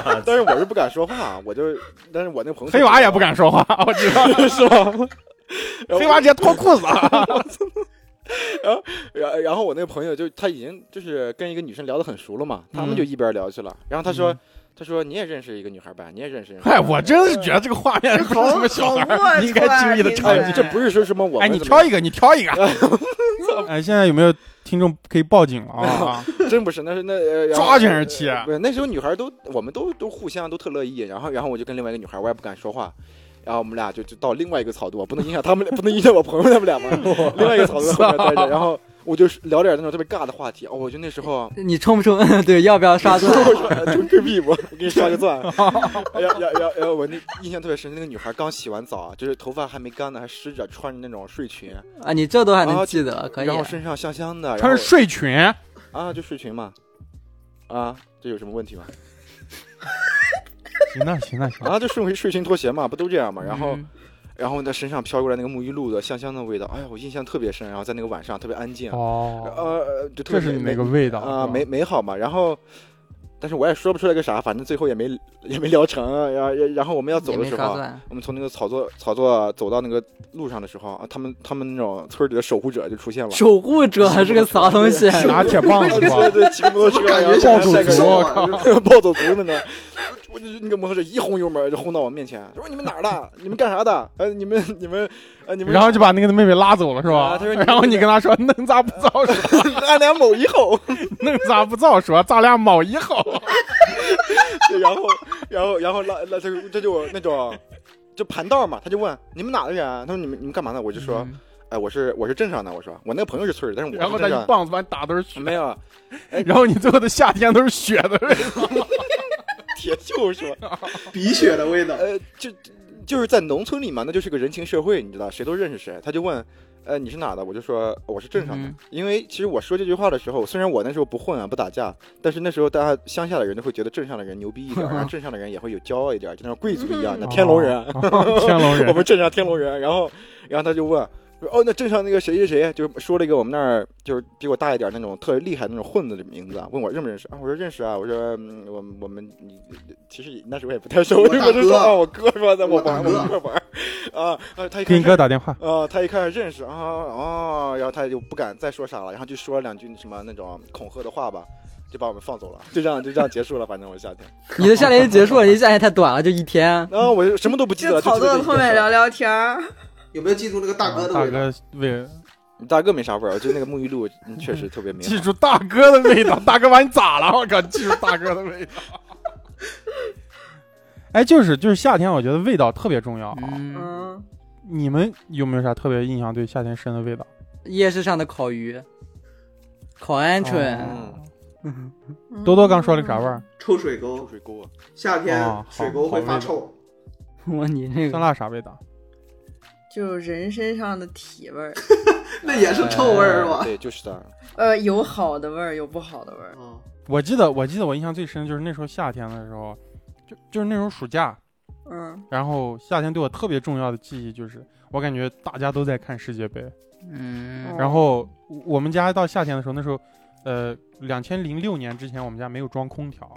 啊但是我是不敢说话，我就，但是我那个朋友黑娃也不，敢说话，我知道是吧？ <laughs> 然后黑娃直接脱裤子，然然后我那个朋友就他已经就是跟一个女生聊得很熟了嘛，他们嗯就一边聊去了，然后他说。他说：“你也认识一个女孩吧？你也认识一个女孩 <laughs> 哎，吧？”我真是觉得这个画面不是什么小孩好好龌儿龊应该经历的场哎景听。这不是说什么我哎，们你怎么挑一个，你挑 <laughs> 一个。哎，现在有没有听众可以报警啊？ <laughs> 真不是，那是那呃然后抓紧人气啊呃不是那时候女孩都我们都都互相都特乐意，然后然后我就跟另外一个女孩，我也不敢说话。然后我们俩就就到另外一个草垛，我不能影响他们，不能影响我朋友他们 <laughs> 俩嘛。另外一个草垛后面待着，然后我就是聊点那种特别尬的话题。哦，我觉得那时候啊呃你充不充？ <laughs> 啊对，要不要 <laughs> 刷钻？充 Q 我我给你刷个钻。然后然后然后然后我那印象特别深，那个女孩刚洗完澡，啊就是头发还没干呢，还湿着，穿着那种睡裙，啊，你这都还然后能记得，可以然。后身上香香的，穿着然后睡裙，啊就睡裙嘛，啊这有什么问题吗？行那行那行，啊就睡睡裙拖鞋嘛，不都这样嘛？然后嗯然后她身上飘过来那个沐浴露的香香的味道，哎呀我印象特别深。然后在那个晚上特别安静，哦，呃就特这别是你那美个味道啊、是吧美美好嘛。然后，但是我也说不出来个啥，反正最后也没也没聊成。啊然后然后我们要走也的没时刷候，钻，我们从那个草垛草垛走到那个路上的时候，啊，他们他们那种村里的守护者就出现了。守护者 <laughs> 还是个啥东西？哎拿铁 <laughs> 棒是对吧？对，骑个摩托车，感然后觉暴走晒个族手我啊 <laughs> 暴走族那种。我就那个摩托车一轰油门就轰到我面前，说你们哪儿的？你们干啥的？呃，你们你们呃你们。然 <laughs> 后就把那个妹妹拉走了是吧啊他说 <laughs> 你？然后你跟他说弄咋不 <laughs> 早说，俺俩某一吼，弄咋不早说，咱俩卯一 <laughs> 好。对然后然后然后拉拉这这就那种就盘道嘛，他就问你们哪儿的人啊？他说你们你们干嘛呢？我就说。嗯哎，我是我是镇上的，我说我那个朋友是村里，但是然我后是他镇一上 <laughs> 棒子把你打都是血，没有，然后你最后的夏天都是血的味道。铁就是嘛，鼻血的味道。呃，就就是在农村里嘛，那就是个人情社会，你知道，谁都认识谁。他就问，呃，你是哪的？我就说我是镇上的，嗯因为其实我说这句话的时候，虽然我那时候不混啊，不打架，但是那时候大家乡下的人都会觉得镇上的人牛逼 <laughs> 一点，然后镇上的人也会有骄傲一点，就那种贵族一 <laughs> 样的天龙人。 <laughs> 天龙我人，们镇上天龙人，然后然后他就问。说哦，那镇上那个谁谁谁，就是说了一个我们那儿就是比我大一点那种特别厉害那种混子的名字啊，问我认不认识啊？我说认识啊，我说、嗯、我我们你其实那时候也不太熟，我我大哥就说啊我哥是吧，在我我大玩我哥们一块玩啊啊他给一看你哥打电话，啊、他一看认识啊哦，然后他就不敢再说啥了，然后就说了两句什么那种恐吓的话吧，就把我们放走了， <laughs> 就这样就这样结束了，反正我夏天， <laughs> 你的夏天就结束了，你夏天太短了，就一天。啊然后我就什么都不记得就了，就草记得垛这后一件面事儿聊聊天儿，有没有记住那个大哥 <laughs> 啊的大味道？哥味，大哥没啥味儿，就那个沐浴露 <laughs> 嗯确实特别美好。记住大哥的味道，大哥把你咋了？我靠，记住大哥的味道。 <laughs> 哎，就是就是夏天，我觉得味道特别重哦要啊。嗯，嗯，你们有没有啥特别印象对夏天深的味道？夜市上的烤鱼，烤哦鹌鹑，嗯，嗯多多刚说了个啥味儿？臭水臭沟，水沟啊，夏天啊水沟会发臭。 <laughs> 我你那酸个辣啥味道？就人身上的体味儿，那也是臭味儿是吧？对，就是的。呃，有好的味儿，有不好的味儿。哦我记得我记得我印象最深就是那时候夏天的时候，就就是那时候暑假，嗯，然后夏天对我特别重要的记忆就是，我感觉大家都在看世界杯。嗯哦然后我们家到夏天的时候，那时候，呃，两千零六年之前我们家没有装空调，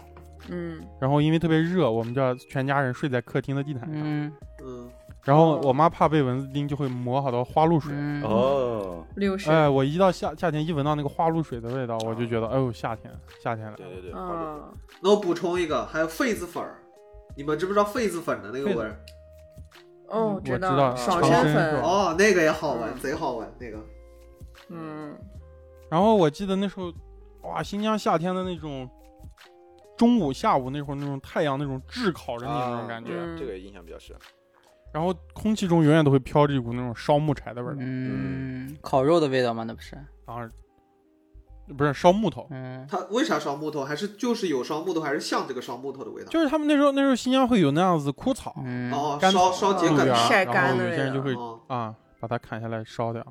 嗯然后因为特别热，我们这儿全家人睡在客厅的地毯上，嗯嗯，然后我妈怕被蚊子叮，就会抹好多花露水。嗯，哦，六十，哎，我一到夏夏天一闻到那个花露水的味道，我就觉得，哎呦，夏天，夏天来对对对，花露啊，那我补充一个，还有痱子粉儿，你们知不知道痱子粉的那个味儿？哦，嗯知道，道爽长身身是粉吧，哦，那个也好闻，嗯贼好闻那个。嗯，然后我记得那时候，哇，新疆夏天的那种，中午、下午那会儿那种太阳那种炙烤着你那种啊感觉，嗯这个印象比较深。然后空气中永远都会飘着一股那种烧木柴的味儿，嗯，烤肉的味道吗？那不是，然后不是烧木头，嗯，它为啥烧木头？还是就是有烧木头，还是像这个烧木头的味道？就是他们那时候那时候新疆会有那样子枯草，嗯，哦，干烧烧秸路秆边草儿，晒然干后的有些人就那会哦，啊把它砍下来烧掉，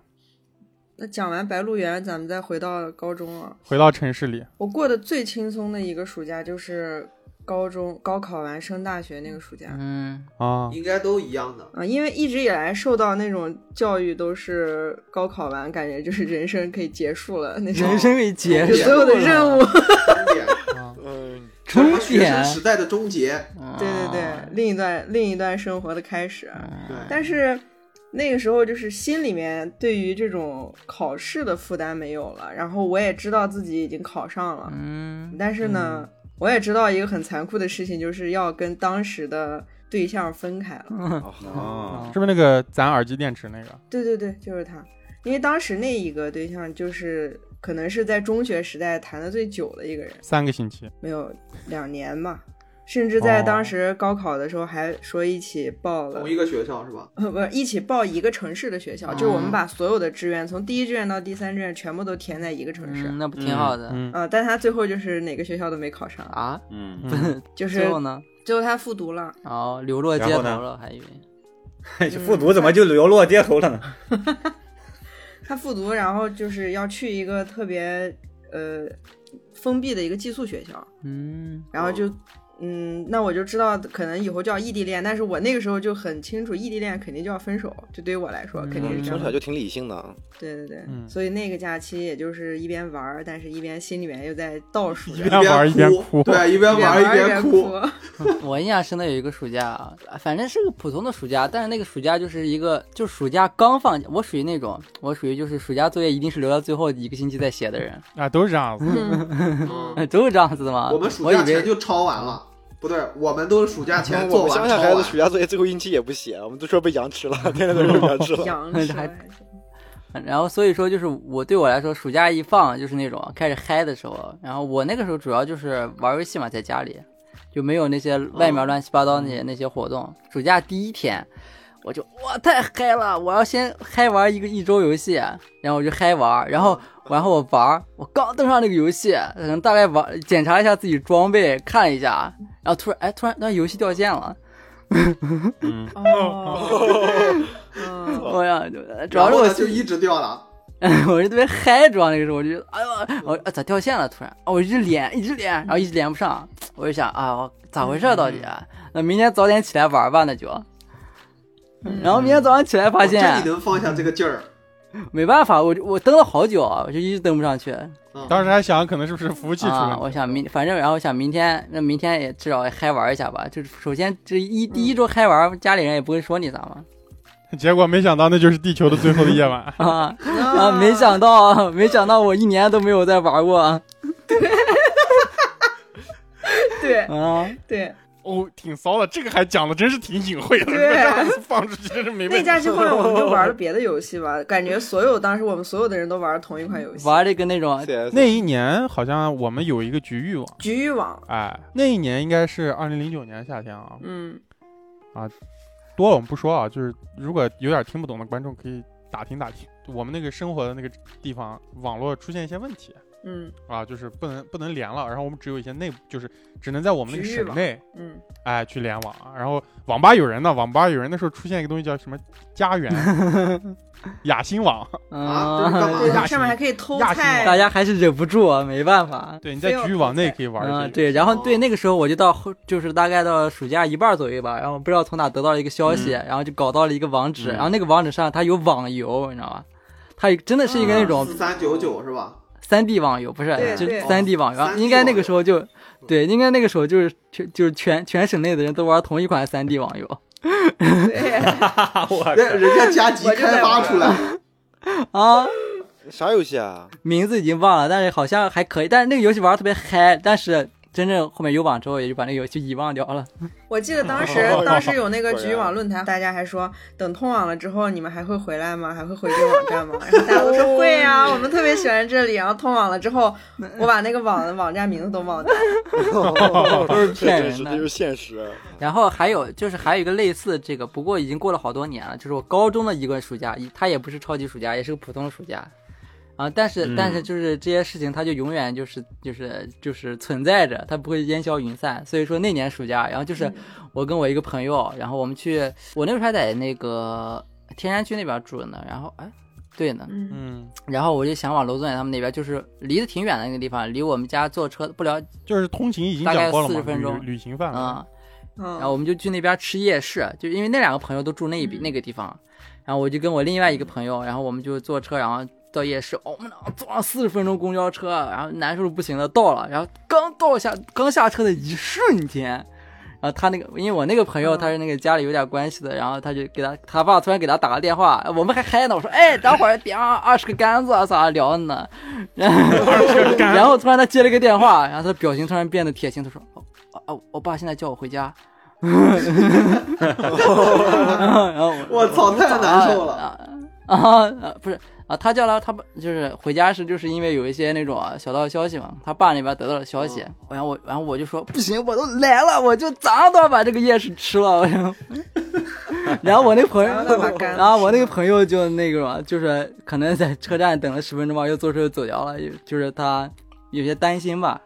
那讲完白鹿原，咱们再回到高中啊。回到城市里，我过得最轻松的一个暑假就是高中高考完升大学那个暑假，嗯，啊，应该都一样的。啊，因为一直以来受到那种教育都是高考完，感觉就是人生可以结束了那种，人生给结就束啊所有的任务， <laughs> 终点，啊嗯，终 <laughs> 什么学点生，时代的终结。嗯对对对，另一段另一段生活的开始。啊对，但是那个时候就是心里面对于这种考试的负担没有了，然后我也知道自己已经考上了，嗯，但是呢，我也知道一个很残酷的事情，就是要跟当时的对象分开了。 <laughs> 哦，是不是那个攒耳机电池那个？对对对，就是他，因为当时那一个对象就是可能是在中学时代谈的最久的一个人，三个星期，没有两年吧，甚至在哦当时高考的时候还说一起报了同一个学校是吧？呃， <laughs> 不是一起报一个城市的学校，就是我们把所有的志愿从第一志愿到第三志愿全部都填在一个城市。嗯那不挺好的嗯，呃，但他最后就是哪个学校都没考上，啊？ <laughs> 嗯，嗯就是最后呢？最后他复读了，哦，流落街头然后了，还以为，复读怎么就流落街头了呢？他复读，然后就是要去一个特别呃封闭的一个寄宿学校，嗯，然后就嗯，那我就知道可能以后叫异地恋，但是我那个时候就很清楚，异地恋肯定就要分手，就对于我来说肯定是这嗯从样小的。就挺理性的啊，对对对，嗯所以那个假期也就是一边玩儿，但是一边心里面又在倒数着。一边玩儿一边哭对，一边边玩儿儿边哭。我印象深的有一个暑假啊，反正是个普通的暑假，但是那个暑假就是一个，就暑假刚放假，我属于那种，我属于就是暑假作业一定是留到最后一个星期再写的人， <laughs> 啊，都是这样子， <laughs> <laughs> 嗯都是这样子的吗？我们暑啊我以假前为就抄完了，不对，我们都是暑假前 <laughs> 我做们完乡抄下孩子完。暑假作业最后一期也不写，我们都说被羊吃了，天天都说被羊 <laughs> 吃了。羊是吧还然后所以说就是我对我来说，暑假一放就是那种开始嗨的时候。然后我那个时候主要就是玩游戏嘛，在家里就没有那些外哦面乱七八嗯糟那些、那些活动。暑假第一天，我就哇太嗨了，我要先嗨玩一个一周游戏，然后我就嗨玩，然后嗯然后我玩，我刚登上那个游戏，嗯，大概玩检查一下自己装备，看一下，然后突然哎突然那游戏掉线了，哦，嗯我呀就主然要是后我呢就一直掉了， <laughs> 我就特别嗨，主要那个时候我就觉得，哎呦，我啊咋掉线了？突然，哦我一直连，一直连，然后一直连不上，我就想啊，我咋回事儿到底、啊那明天早点起来玩吧，那就。然 <laughs> 哦后明天早上起来发嗯哦这你现能放下这个劲儿？没办法，我我登了好久，啊我就一直登不上去嗯当时还想可能是不是服务器出啊问。题，我想明，反正然后想明天，那明天也至少嗨玩一下吧。就是首先这一第一周嗨玩，家里人也不会说你咋嘛，<laughs> 结果没想到那就是地球的最后的夜晚 <laughs> 啊啊！没想到，没想到我一年都没有再玩过啊。对啊哎对 <laughs> 哦，挺骚的，这个还讲的真是挺隐晦的，对如果这样子放出去 <laughs> 真是没那问题。假期 <laughs> 后面我们就玩了别的游戏吧，感觉所有当时我们所有的人都玩了同一款游戏，玩这个那 <laughs> 种 CS 那一年好像我们有一个局域网，局域网，哎，那一年应该是二零零九年夏天啊，嗯，多了我们不说啊，就是如果有点听不懂的观众可以打听打听，我们那个生活的那个地方网络出现一些问题嗯啊，就是不能不能连了，然后我们只有一些内部，就是只能在我们那个局域省网内。嗯，哎，去联网，然后网吧有人呢，网吧有人的时候出现一个东西叫什么家 <laughs> 园雅兴网，嗯啊这是干嘛对，呀然亚后细上面还可以偷亚细菜，大家还是忍不住，啊，没办法。对，你在局域网内可以玩嗯，这个。对，然后对那个时候我就到后，就是大概到暑假一半左右吧，然后不知道从哪得到了一个嗯消息，然后就搞到了一个网址，嗯然后那个网址上它有网游，你知道吧？它真的是哦一个那种四三九九是吧？三 D 网游，不是，对就对三 D 网游， 3D 应该那个时候就对，应该那个时候就是全就是全全省内的人都玩同一款三 D 网游 <laughs> 对，我人人家加急我就在开发玩出来，啊，啥游戏啊？名字已经忘了，但是好像还可以。但是那个游戏玩的特别嗨，但是真正后面有网之后，也就把那个游戏遗忘掉了。 <laughs> 我记得 <laughs> 当时当时有那个局域网论坛，大家还说等通网了之后，你们还会回来吗？还会回这个网站吗？然后大家都说会哦啊，我们特别喜欢这里。然后通网了之后，嗯我把那个网网站名字都忘掉了。都是哦这骗真人是的这就是现实。然后还有就是还有一个类似这个，不过已经过了好多年了，就是我高中的一个暑假，一它也不是超级暑假，也是个普通暑假。啊，但是、嗯但是就是这些事情，它就永远就是就是就是存在着，它不会烟消云散。所以说那年暑假，然后就是我跟我一个朋友，然后我们去，我那时候还在那个天山区那边住呢，然后哎，对呢，嗯，嗯，然后我就想往娄宗远他们那边，就是离得挺远的那个地方，离我们家坐车不了就是通勤已经大讲概过了嘛， 40分钟旅旅行范围。啊、嗯然后我们就去那边吃夜市，就因为那两个朋友都住那一边、那个地方，然后我就跟我另外一个朋友，然后我们就坐车，然后到夜市，哦、我们俩坐了四十分钟公交车，然后难受的不行了，到了，然后刚到下刚下车的一瞬间。然后他那个，因为我那个朋友嗯他是那个家里有点关系的，然后他就给他他爸突然给他打个电话，我们还嗨呢，我说哎，等会儿点二十个杆子啊啥聊呢，然后 <laughs> 然后突然他接了个电话，然后他的表情突然变得铁青，他说哦哦，我爸现在叫我回家，然后然后我操，太难受了。啊啊啊！不是啊，他叫他他爸就是回家是就是因为有一些那种啊小道消息嘛，他爸那边得到了消息，然后我然后我就说不行，我都来了，我就早上都要把这个夜市吃了。然后然后我那个朋友早上都要把，干然后我那个朋友就那个什么，就是可能在车站等了十分钟吧，又坐车又走掉了，就就是他有些担心吧。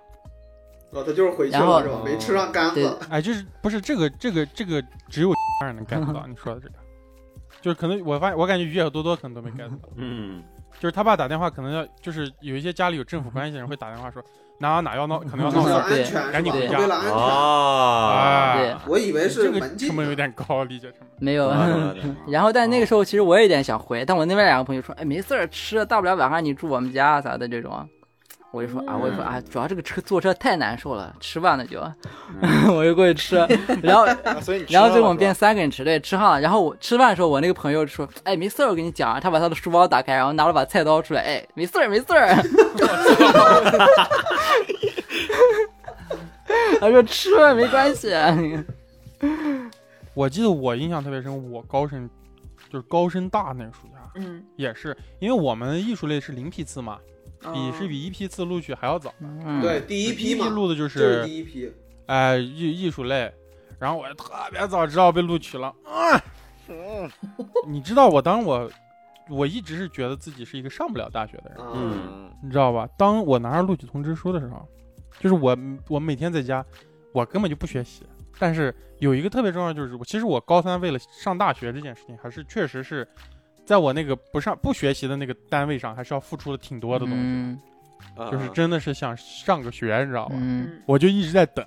哦，他就是回去然后了是吧？没吃上杆对子，哎，就是不是这个这个这个只有让人能 get <laughs> 到你说的这个，就是可能我发现我感觉于小多多可能都没 get 到，嗯，就是他爸打电话可能要就是有一些家里有政府关系的人会打电话说哪哪哪要闹，可能要 <laughs> 就闹是事要儿，安赶对全是吧？紧回家为了 À. 安全，哦，哎嗯对，我以为是这门个成禁的本有点高，理解成本。没有。然然后，但哦那个时候其实我也有点想回，但我那边两个朋友说，哎，没事儿，吃，大不了晚上你住我们家啥的这种。我就说嗯啊，我就说啊，主要这个车坐车太难受了，吃吧那就， <laughs> 我就过去吃， <laughs> 然后啊所以你嗯吃然后了最后我吗们变三个人吃，对，吃上了。然后我吃饭的时候，我那个朋友就说，哎，没事儿，我跟你讲啊，他把他的书包打开，然后拿了把菜刀出来，哎，没事儿，没事儿。 <laughs> 他说吃吧，没关系。我记得我印象特别深，我高升就是高升大那个暑假嗯，也是，因为我们艺术类是零批次嘛，哦比是比一批次录取还要早。嗯，对，第啊一批嘛，录的就这是是第一批。哎艺艺术类，然后我特别早知道被录取了， <laughs> 啊、嗯你知道我当我我一直是觉得自己是一个上不了大学的人，嗯，嗯，你知道吧？当我拿着录取通知书的时候，就是我我每天在家，我根本就不学习，但是有一个特别重要就是，我其实我高三为了上大学这件事情，还是确实是。在我那个不上不学习的那个单位上，还是要付出了挺多的东西，嗯就是真的是想上个学，你知道吧？嗯我就一直在等，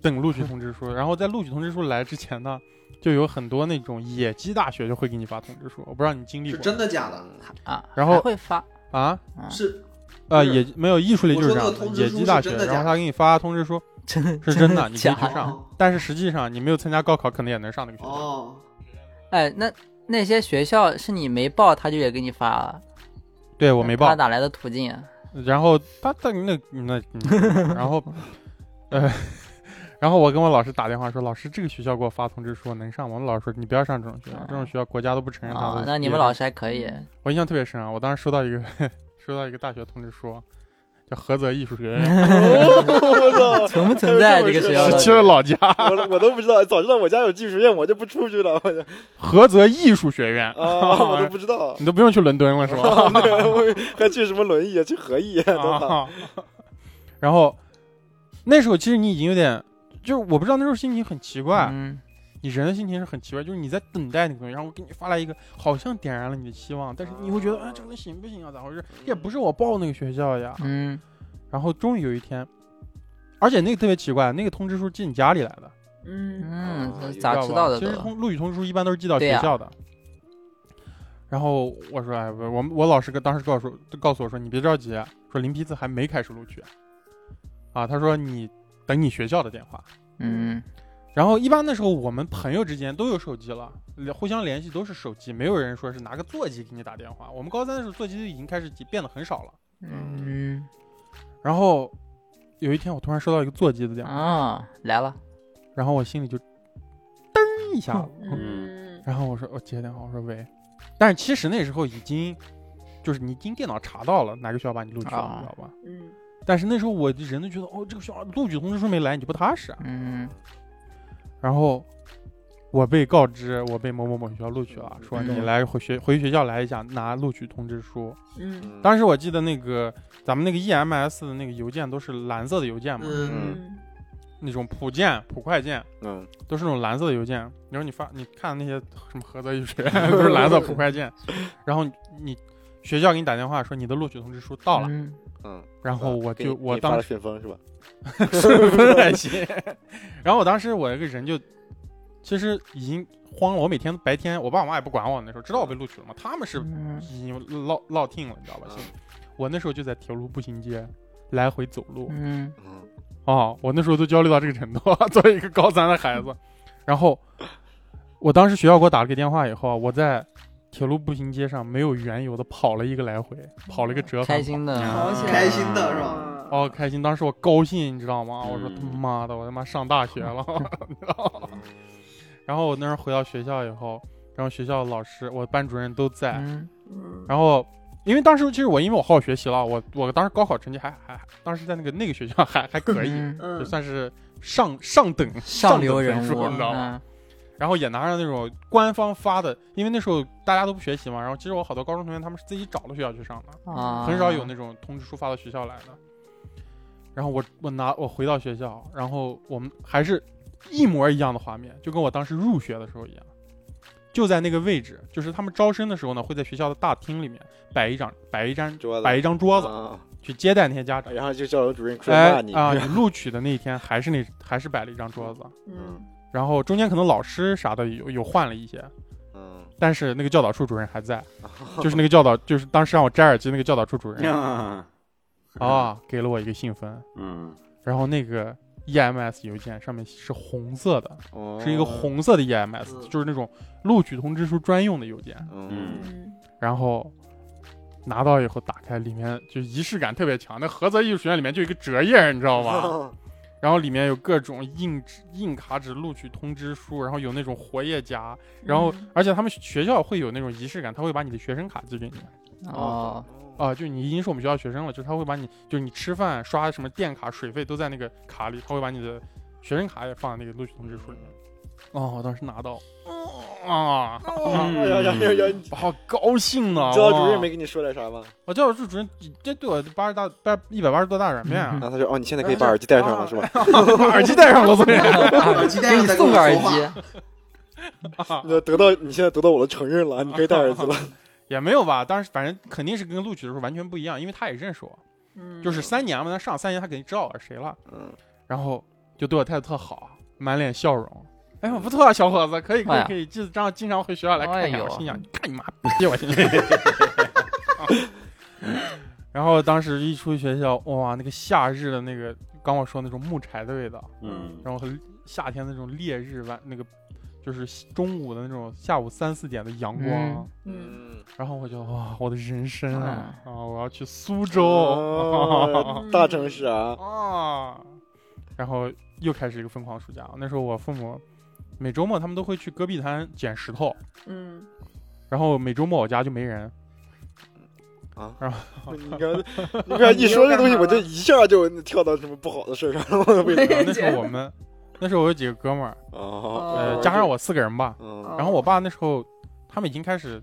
等 <laughs> 录取通知书。然后在录取通知书来之前呢，就有很多那种野鸡大学就会给你发通知书，我不知道你经历是过真的假的？啊，然后还会发。啊？啊是呃，不是野没有艺术类就是这我样说那个通知野书鸡大是学，真的假的然后他给你发通知书真的是 <laughs> 真真的，你可以假去的？上。但是实际上你没有参加高考，可能也能上那个学校。哦，哎，那那些学校是你没报，他就也给你发了，对我没他报，哪来的途径啊？然后他他那那，嗯然后呃。然后我跟我老师打电话说，老师，这个学校给我发通知书，能上吗？我们老师说，你不要上这种学校，这种学校国家都不承认他啊嗯的，那你们毕业老师还 <laughs> 可以，我印象特别深啊，我当时收到一个收到一个大学通知书，叫菏泽艺术学院， <laughs> 我操！存不存在这个学校 <laughs> 是到去底？了老家，我都我都不知道，早知道我家有技术院，我就不出去了。我就菏泽艺术学院 <laughs>。啊，我都不知道你都不用去伦敦了是吧？对我还去什么轮椅啊，去合艺啊， <laughs> 都怕。啊 <laughs> 然后那时候其实你已经有点，就是我不知道那时候心情很奇怪，嗯，你人的心情是很奇怪，就是你在等待那个东西，然后我给你发来一个好像点燃了你的希望，但是你会觉得啊，这个东西行不行啊？咋回事？这也不是我报那个学校呀。嗯，然后终于有一天，而且那个特别奇怪，那个通知书寄你家里来的。嗯嗯，啊这咋知道的其都实？通录取通知书一般都是寄到对学呀校的。然后我说：“哎，我我们我老师跟当时告诉告诉我说，你别着急，说林皮子还没开始录取，啊，他说你等你学校的电话。嗯，然后一般那时候我们朋友之间都有手机了，联互相联系都是手机，没有人说是拿个座机给你打电话。我们高三的时候座机就已经开始变得很少了。嗯然后有一天我突然收到一个座机的电话，啊，来了，然后我心里就噔儿一下子，嗯然后我说我接电话，我说喂，但是其实那时候已经就是你经电脑查到了哪个学校把你录取了，啊你知道吧？嗯但是那时候我人都觉得哦，这个学校录取通知书没来，你就不踏实啊。嗯然后我被告知我被某某某学校录取了，说你嗯来回学回学校来一下拿录取通知书。嗯嗯当时我记得那个咱们那个 EMS 的那个邮件都是蓝色的邮件嘛，嗯嗯嗯那种普件、普快件嗯都是那种蓝色的邮件。你说你发你看那些什么菏泽一 <laughs> 学都是蓝色普快件，然后你学校给你打电话说你的录取通知书到了，嗯嗯，然后我给你就给我你当发时了顺丰是吧？ <laughs> 分还行。然后我当时我这个人就，其实已经慌了。我每天白天，我爸我妈也不管我，那时候知道我被录取了嘛，他们是嗯已经落落听了，你知道吧？心里我那时候就在铁路步行街来回走路嗯嗯啊、我那时候都焦虑到这个程度， <laughs> 作为一个高三的孩子。然后我当时学校给我打了个电话以后，啊我在铁路步行街上没有缘由的跑了一个来回，跑了一个折返开跑。心的，好起来开心的是吧？啊哦，开心！当时我高兴，你知道吗？我说他嗯妈的，我他妈上大学了， <laughs> 你知道吗？然后我那时候回到学校以后，然后学校老师、我班主任都在。嗯然后因为当时其实我因为我好好学习了，我我当时高考成绩还还当时在那个那个学校还还可以，嗯就嗯算是上上等上流等人分数物，你知道吗？嗯然后也拿上那种官方发的，因为那时候大家都不学习嘛，然后其实我好多高中同学他们是自己找的学校去上的。啊，很少有那种通知书发到学校来的。然后我我拿我回到学校，然后我们还是一模一样的画面，就跟我当时入学的时候一样，就在那个位置，就是他们招生的时候呢，会在学校的大厅里面摆一张摆一张桌子摆一张桌子啊，去接待那些家长。然后就教导主任出来哎骂你啊，你录取的那一天还是那还是摆了一张桌子，嗯然后中间可能老师啥的有有换了一些，嗯，但是那个教导处主任还 <laughs> 在，就是那个教导就是当时让我摘耳机那个教导处主 <laughs> 任啊啊，给了我一个信封。嗯然后那个 EMS 邮件上面是红色的，哦是一个，红色的 EMS，、嗯就是那种录取通知书专用的邮件。嗯嗯然后拿到以后打开，里面就仪式感特别强。那菏泽艺术学院里面就有一个折页，你知道 <laughs> 吧？哇，然后里面有各种硬纸、硬卡纸录取通知书，然后有那种活页夹，嗯然后、而且他们学校会有那种仪式感，他会把你的学生卡寄给你。 <laughs> 哦，啊，就你已经是我们学校学生了，就是他会把你，就是你吃饭刷什么电卡、水费都在那个卡里，他会把你的学生卡也放在那个录取通知书里面。哦，我当时拿到，啊，Ừ. 哎呀呀呀呀！你我好高兴呢！教导主任哇没，跟你说点啥吗？我教导处主任这对我八十大八一百八十多大软面啊 <laughs> <laughs> 然，后他说：“哦，你现在可以把耳机戴上了，是吧？把耳机戴上了，昨天。耳机戴给上你再跟送我个耳说话， <laughs> 机，你得到你现在得到我的承认了，你可以戴耳机了。也没有吧，当时反正肯定是跟录取的时候完全不一样，因为他也认识我，嗯就是三年嘛，他上三年他肯定知道我是谁了，嗯，然后就对我态度特好，满脸笑容。哎呦，不错啊，小伙子，可以可哎以呀可以，记得这样经常回学校来看一哎下。呦我心想，你看你妈逼，我心里。 <laughs> 然后当时一出学校，哇，那个夏日的那个，刚我说那种木柴的味道，嗯然后和夏天那种烈日晚那个，就是中午的那种下午三四点的阳光，嗯嗯然后我就哇，我的人生啊，嗯啊，我要去苏州。哦大城市啊，啊，然后又开始一个疯狂暑假。那时候我父母每周末他们都会去戈壁滩捡石头，嗯然后每周末我家就没 <laughs> 人。你看，你看一说这东西，我就一下就跳到什么不好的事儿上了。我为然 <laughs> 后那时啥？候我们，那时候我有几个哥们儿，哦呃，加上，我四个人吧。嗯然后我爸那时候他们已经开始，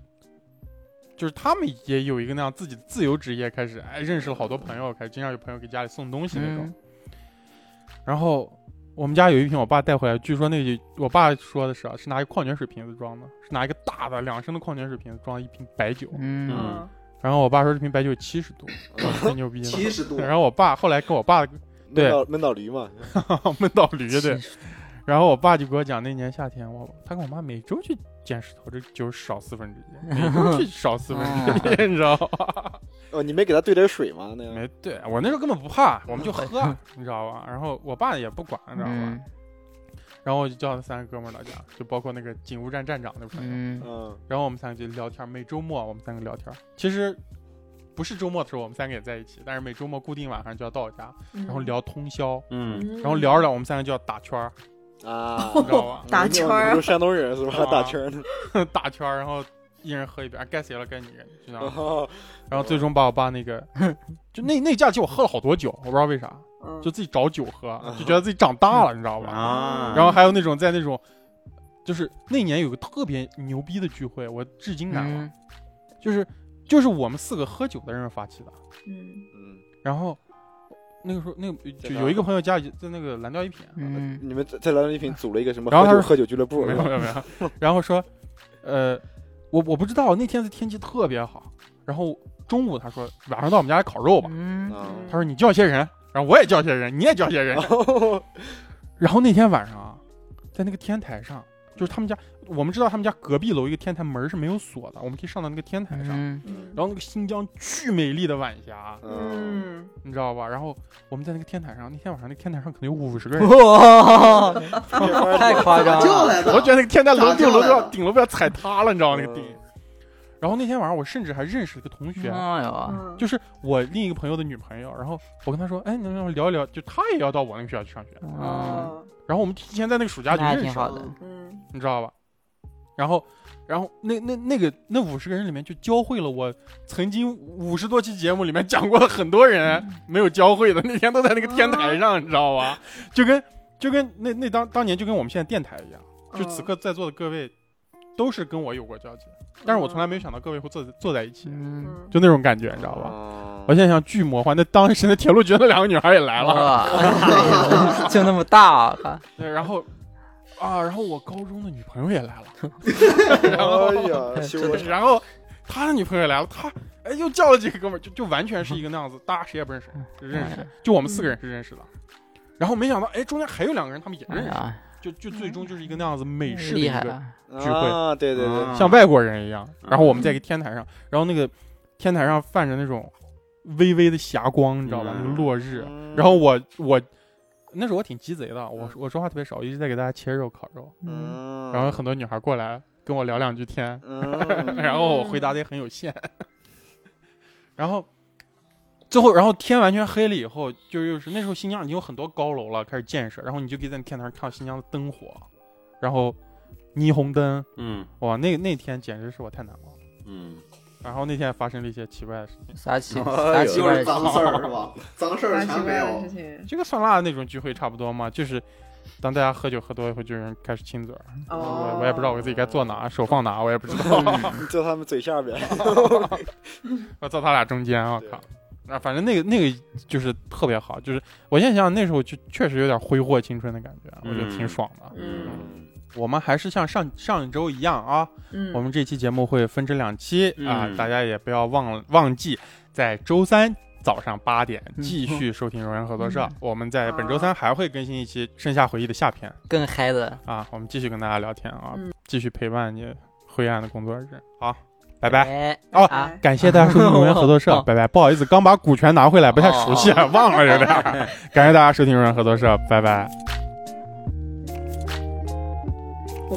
就是他们也有一个那样自己的自由职业，开始哎认识了好多朋友，开始经常有朋友给家里送东西那种。嗯然后我们家有一瓶我爸带回来，据说那个我爸说的是啊，是拿一个矿泉水瓶子装的，是拿一个大的两升的矿泉水瓶子装一瓶白酒。嗯嗯然后我爸说这瓶白酒七十度，挺牛逼的。嗯七十度，然后我爸后来跟我爸啊闷到闷到驴嘛，闷到驴对，然后我爸就跟我讲，那年夏天我他跟我妈每周 <laughs> 去捡石头，这酒少四分之一，每周去少四分之一，你知道吗？哦，你没给他兑点水吗？那样没对我那时候根本不怕，我们 <laughs> 就喝，你知道吧？然后我爸也不管，你知道吧？嗯然后我就叫他三个哥们儿到家，就包括那个警务站站长那不是？嗯嗯，然后我们三个就聊天，每周末我们三个聊天。其实不是周末的时候我们三个也在一起，但是每周末固定晚上就要到我家，然后聊通宵，嗯，嗯，然后聊着聊，我们三个就要打圈儿， <laughs> 啊，你知道吧？打圈儿你们是山东人是吧？啊打圈儿呢，打圈儿，然后一人喝一杯，啊该谁了该你，就那样。哦然后最终把我爸那个， <laughs> 就那那假期我喝了好多酒，我不知道为啥，嗯就自己找酒喝，就觉得自己长大了，你知道 Ừ. 吧？啊，然后还有那种在那种，就是那年有个特别牛逼的聚啊会，我至今难忘，嗯就是就是我们四个喝酒的人发起的。嗯嗯，然后那个时候，那个就在哪有一个朋友家里在那个蓝调一品，嗯你们在在兰州一品组了一个什么？然后他喝酒说喝酒俱乐部没有是吧？没有没有，然后说，呃，我我不知道那天的天气特别好，然后中午他说晚上到我们家来烤肉吧，嗯啊他说你叫些人，然后我也叫些人，你也叫些人，哦 <laughs> 然后那天晚上啊，在那个天台上，就是他们家，我们知道他们家隔壁楼一个天台门是没有锁的，我们可以上到那个天台上。嗯然后那个新疆巨美丽的晚霞，嗯，嗯，你知道吧？然后我们在那个天台上，那天晚上那个天台上可能有五十个人，哇， <laughs> <laughs> 太夸张叫了，来的，我觉得那个天台楼咋顶楼都叫来要的顶楼都要踩塌了，你知道吗那个顶嗯。然后那天晚上我甚至还认识了一个同学，哎呦，嗯就是我另一个朋友的女朋友。然后我跟她说，哎，能不能聊一聊？就她也要到我那个学校去上学。嗯，哦，然后我们提前在那个暑啊假就那还认挺识了好，的，嗯你知道吧？然后，然后那那那个那五十个人里面就教会了我曾经五十多期节目里面讲过的很多人没有教会的，那天都在那个天台上，你知道吧？就跟就跟那那当当年就跟我们现在电台一样，嗯就嗯此刻在座的各位都是跟我有过交集，但是我从来没有想到各位会坐坐在一起，嗯，嗯就那种感觉，你知道吧？吧我现在想巨魔幻，那当时的铁路局那两个女孩也来了， <laughs> 哇，就那么大，我靠对，然后啊，然后我高中的女朋友也 <laughs> 来了。 <laughs> 哎呀，修罗场然后他的女朋友也来了，他哎又叫了几个哥们儿，就就完全是一个那样子，大家谁也不认识，嗯就认识谁，就我们四个人是认识的。然后没想到，哎，中间还有两个人他们也哎认识，呀，就就最终就是一个那样子美式的嗯厉一害个，了，聚会嗯啊，对对对，像外国人一样。然后我们在一个天台上，然后那个天台上泛着那种微微的霞光，你知道吧？嗯那个落日。嗯然后我我那时候我挺鸡贼的，我我说话特别少，我一直在给大家切肉烤肉。嗯，嗯，然后很多女孩过来跟我聊两句天，嗯， <laughs> 然后我回答的也很有限， <laughs> 然后最后，然后天完全黑了以后，就又是那时候新疆已经有很多高楼了，开始建设，然后你就可以在天台上看到新疆的灯火，然后霓虹灯，嗯哇，那那天简直是我太难忘了。嗯，然后那天发生了一些奇怪的事情，啥奇啥哎呦奇就怪的事是脏事儿是吧？脏事八儿奇全没怪的事有。情就跟酸辣的那种聚会差不多嘛，就是当大家喝酒喝多以后，就有人开始亲嘴儿，哦我，我也不知道我自己该坐哪，手放哪，我也不知道。你坐他们嘴下边，我坐他俩中间，我对靠！啊，反正那个那个就是特别好，就是我现在想想那时候就确实有点挥霍青春的感觉，我觉得挺爽的。嗯我们还是像上上一周一样啊，嗯，我们这期节目会分成两期啊嗯，大家也不要忘了忘记在周三。早上八点继续收听《荣源合作社》我们在本周三还会更新一期《盛夏回忆》的下篇更嗨的，啊，我们继续跟大家聊天啊，嗯继续陪伴你灰暗的工作日。好，拜哎拜。拜哦啊。感谢大家收听荣源合作社哦，拜拜。不好意思，刚把股权拿回来，不太熟悉，啊忘了有点儿。感谢大家收听荣源合作社，拜拜。我